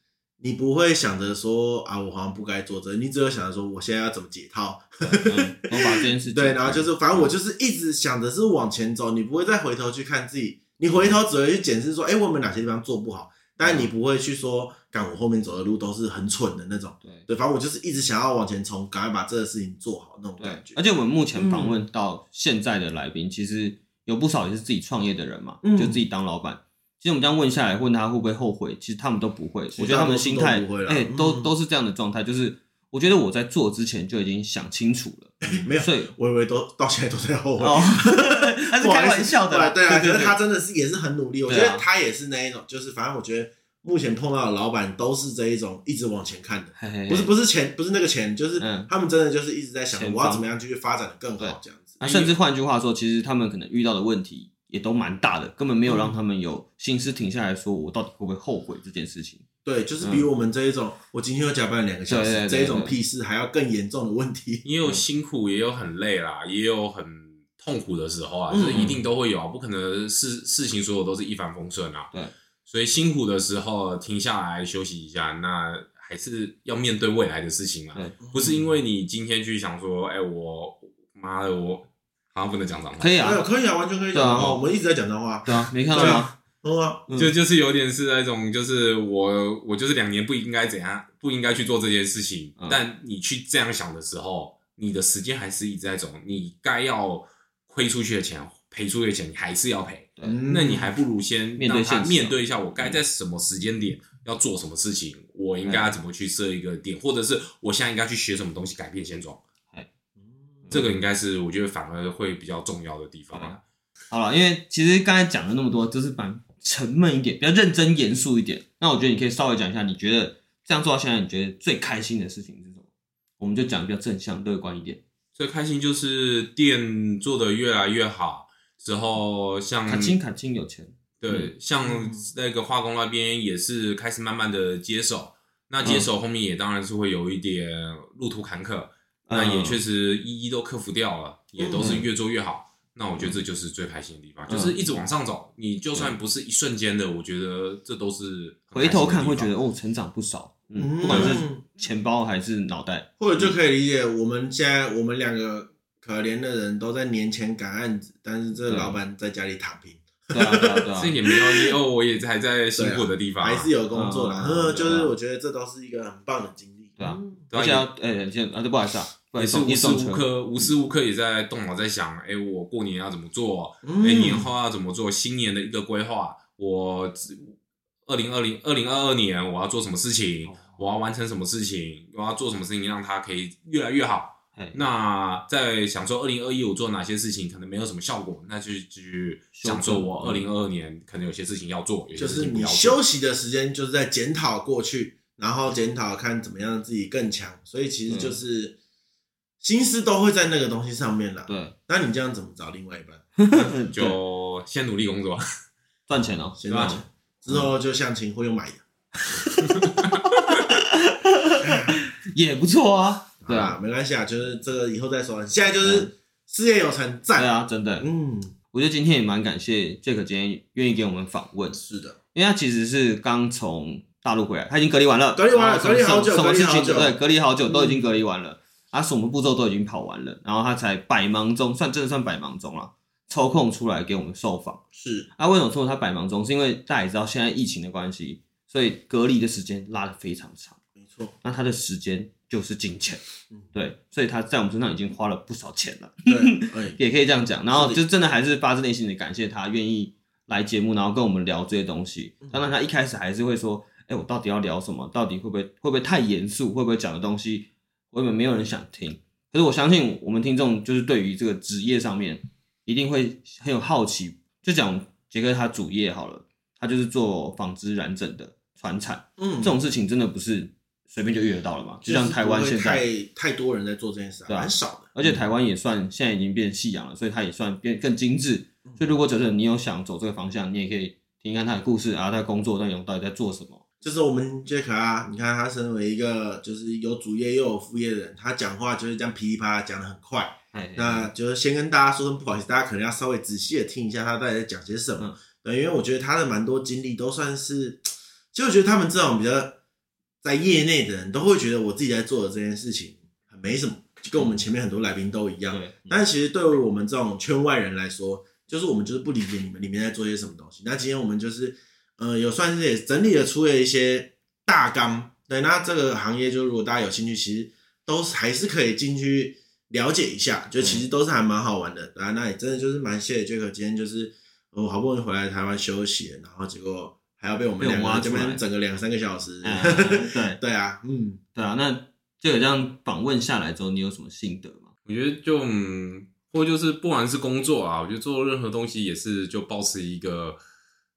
[SPEAKER 2] 你不会想着说啊，我好像不该做这，你只有想着说我现在要怎么解套，
[SPEAKER 1] 嗯我把这件事情
[SPEAKER 2] 对，然后就是
[SPEAKER 1] 嗯
[SPEAKER 2] 反正我就是一直想的是往前走，你不会再回头去看自己，你回头只会去检视说，哎、我们哪些地方做不好，但
[SPEAKER 1] 嗯
[SPEAKER 2] 你不会去说，干我后面走的路都是很蠢的那种。
[SPEAKER 1] 对
[SPEAKER 2] 对，反正我就是一直想要往前冲，赶快把这个事情做好那种
[SPEAKER 1] 对
[SPEAKER 2] 感觉。，
[SPEAKER 1] 而且我们目前访问到现在的来宾，其实有不少也是自己创业的人嘛，
[SPEAKER 2] 嗯
[SPEAKER 1] 就自己当老板。其实我们这样问下来，问他会不会后悔，其实他们都不会。
[SPEAKER 2] 实
[SPEAKER 1] 我觉得他们的心态
[SPEAKER 2] 大多数都不会，啦
[SPEAKER 1] 哎，都
[SPEAKER 2] 嗯
[SPEAKER 1] 都是这样的状态，就是我觉得我在做之前就已经想清楚了，
[SPEAKER 2] 嗯没有，
[SPEAKER 1] 所以
[SPEAKER 2] 我以为都到现在都在后悔。
[SPEAKER 1] 哦，他是
[SPEAKER 2] 不好意
[SPEAKER 1] 开
[SPEAKER 2] 思
[SPEAKER 1] 玩笑的啦，
[SPEAKER 2] 对啊，
[SPEAKER 1] 对
[SPEAKER 2] 可
[SPEAKER 1] 对
[SPEAKER 2] 是他真的是也是很努力，我觉
[SPEAKER 1] 对啊
[SPEAKER 2] 得他也是那一种，就是反正我觉得目前碰到的老板都是这一种一直往前看的，
[SPEAKER 1] 嘿嘿嘿
[SPEAKER 2] 不是不是钱，不是那个钱，就是
[SPEAKER 1] 嗯
[SPEAKER 2] 他们真的就是一直在想
[SPEAKER 1] 前
[SPEAKER 2] 我要
[SPEAKER 1] 方
[SPEAKER 2] 怎么样继续发展的更好这样子。
[SPEAKER 1] 啊，甚至换句话说，其实他们可能遇到的问题也都蛮大的，根本没有
[SPEAKER 2] 嗯
[SPEAKER 1] 让他们有心思停下来说，我到底会不会后悔这件事情。
[SPEAKER 2] 对，就是比我们这一种，我今天又加班两个小
[SPEAKER 1] 嗯对对
[SPEAKER 2] 时，
[SPEAKER 1] 对
[SPEAKER 2] 这一种
[SPEAKER 1] 对
[SPEAKER 2] 屁事还要更严重的问题。
[SPEAKER 3] 也有
[SPEAKER 1] 嗯
[SPEAKER 3] 辛苦，也有很累啦，也有很痛苦的时候啊，
[SPEAKER 2] 嗯
[SPEAKER 3] 就是一定都会有啊，不可能事事情所有都是一帆风顺啊。
[SPEAKER 1] 对，
[SPEAKER 3] 所以辛苦的时候停下来休息一下，那还是要面对未来的事情啊
[SPEAKER 1] 对，嗯
[SPEAKER 3] 不是
[SPEAKER 2] 嗯
[SPEAKER 3] 因为你今天去想说，哎、我妈的我。好像不能讲脏话，
[SPEAKER 1] 可以
[SPEAKER 2] 没有，
[SPEAKER 1] 啊，
[SPEAKER 2] 可以啊，完全可以
[SPEAKER 1] 对
[SPEAKER 2] 讲
[SPEAKER 1] 啊
[SPEAKER 2] 脏话，我们一直在讲脏话，
[SPEAKER 1] 对啊，没看到
[SPEAKER 2] 对
[SPEAKER 1] 吗
[SPEAKER 2] 啊？嗯啊，
[SPEAKER 1] 嗯
[SPEAKER 3] 就就是有点是那种，就是我我就是两年不应该怎样，不应该去做这件事情。
[SPEAKER 1] 嗯
[SPEAKER 3] 但你去这样想的时候，你的时间还是一直在走，你该要亏出去的钱、赔出去的钱，你还是要赔。
[SPEAKER 1] 对
[SPEAKER 2] 嗯
[SPEAKER 3] 那你还不如先
[SPEAKER 1] 面对
[SPEAKER 3] 让他
[SPEAKER 1] 现实啊嗯
[SPEAKER 3] 面对一下，我该在什么时间点要做什么事情，我应该要怎么去设一个点，或者是我现在应该去学什么东西改变现状。这
[SPEAKER 1] 嗯
[SPEAKER 3] 个应该是我觉得反而会比较重要的地方啊。
[SPEAKER 1] 好了，因为其实刚才讲了那么多，就是蛮沉闷一点，比较认真严肃一点。那我觉得你可以稍微讲一下，你觉得这样做到现在，你觉得最开心的事情是什么？我们就讲比较正向、乐观一点。
[SPEAKER 3] 最开心就是店做得越来越好，之后
[SPEAKER 2] 嗯
[SPEAKER 3] 像
[SPEAKER 1] 卡青卡嗯青有钱，
[SPEAKER 3] 对，像那个化工那边也是开始慢慢的接手，那
[SPEAKER 1] 嗯
[SPEAKER 3] 接手后面也当然是会有一点路途坎坷，那也确
[SPEAKER 1] 实
[SPEAKER 3] 实一一都克服掉了，也都
[SPEAKER 1] 嗯
[SPEAKER 3] 是越做越好。那我觉得这就是最开心的地方，就是一直往上走。你就算不是一瞬间的，我觉得这都是很
[SPEAKER 1] 回头
[SPEAKER 3] 开心
[SPEAKER 1] 看
[SPEAKER 3] 的
[SPEAKER 1] 会觉
[SPEAKER 3] 地
[SPEAKER 1] 得
[SPEAKER 3] 方
[SPEAKER 1] 哦，成长不少。嗯，
[SPEAKER 2] 嗯
[SPEAKER 1] 不管是钱包还是脑 袋，
[SPEAKER 2] 或者就可以理解，我们现在我们两个可怜的人都在年前赶案子，但是这个老板在家里躺平，
[SPEAKER 1] 对啊对啊对啊
[SPEAKER 3] 这，也没有因为哦，我也还在辛苦的地方啊，
[SPEAKER 2] 还是有工作啦。
[SPEAKER 1] 嗯
[SPEAKER 2] 嗯，就是我觉得这都是一个很棒的经历。
[SPEAKER 1] 对啊
[SPEAKER 2] 嗯
[SPEAKER 3] 对啊
[SPEAKER 1] 哎而且要呃，先啊，对，不好意思啊，不然
[SPEAKER 3] 也是
[SPEAKER 1] 送
[SPEAKER 3] 无
[SPEAKER 1] 一
[SPEAKER 3] 时
[SPEAKER 1] 送
[SPEAKER 3] 无
[SPEAKER 1] 车
[SPEAKER 3] 刻无时无刻也在动脑在想，哎、我过年要怎么做？哎、
[SPEAKER 2] 嗯
[SPEAKER 3] 年后要怎么做？新年的一个规划，我二零二零二零二二年我要做什么事情？
[SPEAKER 2] 哦
[SPEAKER 3] 我要完成什么事情？我要做什么事情让它可以越来越好？
[SPEAKER 1] 嘿
[SPEAKER 3] 那在想说二零二一我做哪些事情可能没有什么效果，那就去想说我二零二二年可能有些事情要做，有
[SPEAKER 2] 嗯
[SPEAKER 3] 些
[SPEAKER 2] 就
[SPEAKER 3] 事
[SPEAKER 2] 是
[SPEAKER 3] 情不
[SPEAKER 2] 你
[SPEAKER 3] 要
[SPEAKER 2] 休
[SPEAKER 3] 做。
[SPEAKER 2] 息的时间就是在检讨过去，然后检讨看怎么样自己更强，所以其实就是心思都会在那个东西上面啦。
[SPEAKER 1] 对，
[SPEAKER 2] 那你这样怎么找另外一半？
[SPEAKER 1] 对
[SPEAKER 3] 就先努力工作，
[SPEAKER 1] 赚钱哦。
[SPEAKER 2] 先
[SPEAKER 3] 对啊
[SPEAKER 2] 找钱之后就相亲或用买的，
[SPEAKER 1] 也不错啊，对啊，嗯
[SPEAKER 2] 啊，没关系啊，就是这个以后再说。啊现在就是事业有成，
[SPEAKER 1] 对
[SPEAKER 2] 赞。
[SPEAKER 1] 啊，真的，
[SPEAKER 2] 嗯，
[SPEAKER 1] 我觉得今天也蛮感谢 Jack 今天愿意给我们访问，
[SPEAKER 2] 是的，
[SPEAKER 1] 因为他其实是刚从大陆回来，他已经隔离完了，
[SPEAKER 2] 隔离完
[SPEAKER 1] 然
[SPEAKER 2] 了
[SPEAKER 1] 后什么
[SPEAKER 2] 隔离好久
[SPEAKER 1] 什么事
[SPEAKER 2] 隔离
[SPEAKER 1] 情
[SPEAKER 2] 好久
[SPEAKER 1] 对，隔离好久
[SPEAKER 2] 嗯
[SPEAKER 1] 都已经隔离完了，啊他什么步骤都已经跑完了，然后他才百忙中，算真的算百忙中了，抽空出来给我们受访。
[SPEAKER 2] 是
[SPEAKER 1] 啊，为什么说他百忙中？是因为大家也知道现在疫情的关系，所以隔离的时间拉得非常长，
[SPEAKER 2] 没错，
[SPEAKER 1] 那他的时间就是金钱
[SPEAKER 2] 嗯，
[SPEAKER 1] 对，所以他在我们身上已经花了不少钱了。
[SPEAKER 2] 对，哎，
[SPEAKER 1] 也可以这样讲。然后
[SPEAKER 2] 是
[SPEAKER 1] 就真的还是发自内心的感谢他愿意来节目，然后跟我们聊这些东西
[SPEAKER 2] 嗯。
[SPEAKER 1] 当然，他一开始还是会说：“哎、我到底要聊什么？到底会不会会不会太严肃？会不会讲的东西根本没有人想听？”可是我相信我们听众就是对于这个职业上面一定会很有好奇。就讲杰哥他主业好了，他就是做纺织染整的传产，
[SPEAKER 2] 嗯，
[SPEAKER 1] 这种事情真的不是随便就遇得到了嘛？就
[SPEAKER 2] 就是
[SPEAKER 1] 像台湾
[SPEAKER 2] 不会
[SPEAKER 1] 现在
[SPEAKER 2] 太太多人在做这件事啊，
[SPEAKER 1] 对啊
[SPEAKER 2] 蛮少的。
[SPEAKER 1] 而且台湾也算现在已经变夕阳了，所以它也算变更精致。所以如果哲哲你有想走这个方向，你也可以听听看他的故事啊，他的工作内容到底在做什 么。
[SPEAKER 2] 就是我们杰克啊，你看他身为一个就是有主业又有副业的人，他讲话就是这样噼里啪啦讲的很快。
[SPEAKER 1] 哎，
[SPEAKER 2] 那就是先跟大家说声不好意思，大家可能要稍微仔细的听一下他到底在讲些什么。
[SPEAKER 1] 嗯
[SPEAKER 2] 对，因为我觉得他的蛮多经历都算是，其实我觉得他们这种比较在业内的人都会觉得我自己在做的这件事情很没什么，就跟我们前面很多来宾都一样。啊
[SPEAKER 1] 对，嗯
[SPEAKER 2] 但其实对于我们这种圈外人来说，就是我们就是不理解你们里面在做些什么东西。那今天我们就是，呃，有算是也整理了出了一些大纲。对，那这个行业就如果大家有兴趣，其实都是还是可以进去了解一下，就
[SPEAKER 1] 嗯
[SPEAKER 2] 其实都是还蛮好玩的。对啊，那也真的就是蛮谢谢 Jack 今天就是我、好不容易回来台湾休息了，然后结果还要被我们
[SPEAKER 1] 被我
[SPEAKER 2] 两
[SPEAKER 1] 挖
[SPEAKER 2] 个这
[SPEAKER 1] 出来
[SPEAKER 2] 边整个两三个小时。
[SPEAKER 1] 哎对
[SPEAKER 2] 对啊，嗯，
[SPEAKER 1] 对啊，那就有这样访问下来之后，你有什么心得吗？
[SPEAKER 3] 我觉得就嗯，或就是不管是工作啊，我觉得做任何东西也是就保持一个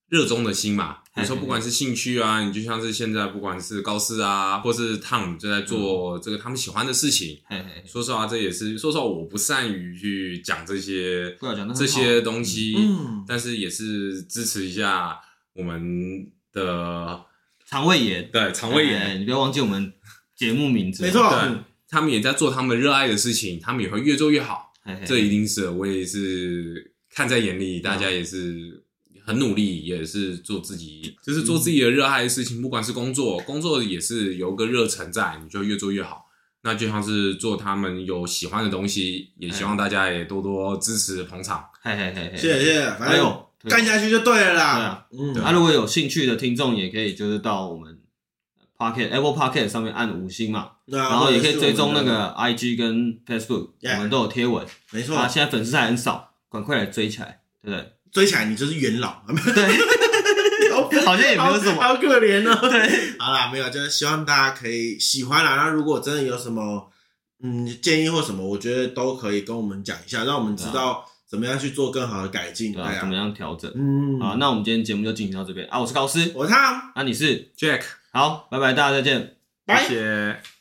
[SPEAKER 3] 热衷的心嘛。
[SPEAKER 1] 嘿
[SPEAKER 3] 你说不管是兴趣啊，你就像是现在不管是高斯啊，或是汤就在
[SPEAKER 1] 嗯
[SPEAKER 3] 做这个他们喜欢的事情。
[SPEAKER 1] 嘿嘿，嘿
[SPEAKER 3] 说实话，这也是说实话，我不善于去讲这些
[SPEAKER 1] 不要讲那很好
[SPEAKER 3] 这些东西，
[SPEAKER 2] 嗯
[SPEAKER 3] 但是也是支持一下我们的
[SPEAKER 1] 肠胃炎，
[SPEAKER 3] 对肠胃炎。
[SPEAKER 1] 哎你不要忘记我们节目名字，
[SPEAKER 2] 没错嗯
[SPEAKER 3] 对，他们也在做他们热爱的事情，他们也会越做越好。
[SPEAKER 1] 嘿，嘿
[SPEAKER 3] 这一定是的我也是看在眼里，大家也是很努力，也是做自己，就是做自己的热爱的事情，不管是工作，工作也是有个热忱在，你就越做越好。那就像是做他们有喜欢的东西，也希望大家也多多支持捧场。
[SPEAKER 1] 嘿嘿嘿嘿，
[SPEAKER 2] 谢谢谢谢，反
[SPEAKER 1] 哎
[SPEAKER 2] 正
[SPEAKER 1] 呦，对
[SPEAKER 2] 干下去就对了啦。
[SPEAKER 1] 对啊
[SPEAKER 2] 嗯，
[SPEAKER 1] 啊，如果有兴趣的听众，也可以就是到我们 Pocket Apple Pocket 上面按五星嘛，
[SPEAKER 2] 对啊，
[SPEAKER 1] 然后也可以追踪
[SPEAKER 2] 或
[SPEAKER 1] 那
[SPEAKER 2] 者是我们
[SPEAKER 1] 个 IG 跟 Facebook，
[SPEAKER 2] Yeah
[SPEAKER 1] 我们都有贴文。
[SPEAKER 2] 啊的，没
[SPEAKER 1] 啊，
[SPEAKER 2] 错，
[SPEAKER 1] 现在粉丝还很少，赶快来追起来，对不
[SPEAKER 2] 追起来你就是 元老，
[SPEAKER 1] 对？对， 好像也没有什么。
[SPEAKER 2] 好可怜哦。
[SPEAKER 1] 对，
[SPEAKER 2] 好啦，没有，就是希望大家可以喜欢啦。那如果真的有什么嗯建议或什么，我觉得都可以跟我们讲一下，让我们知道怎么样去做更好的改进。
[SPEAKER 1] 啊对
[SPEAKER 2] 对
[SPEAKER 1] 啊，怎么
[SPEAKER 2] 啊，
[SPEAKER 1] 样调整？
[SPEAKER 2] 嗯，
[SPEAKER 1] 好，，那我们今天节目就进行到这边啊，我是高斯，
[SPEAKER 2] 我是汤，
[SPEAKER 1] 那你是
[SPEAKER 3] Jack，
[SPEAKER 1] 好，拜拜，大家再见。
[SPEAKER 2] 拜
[SPEAKER 3] 谢。谢。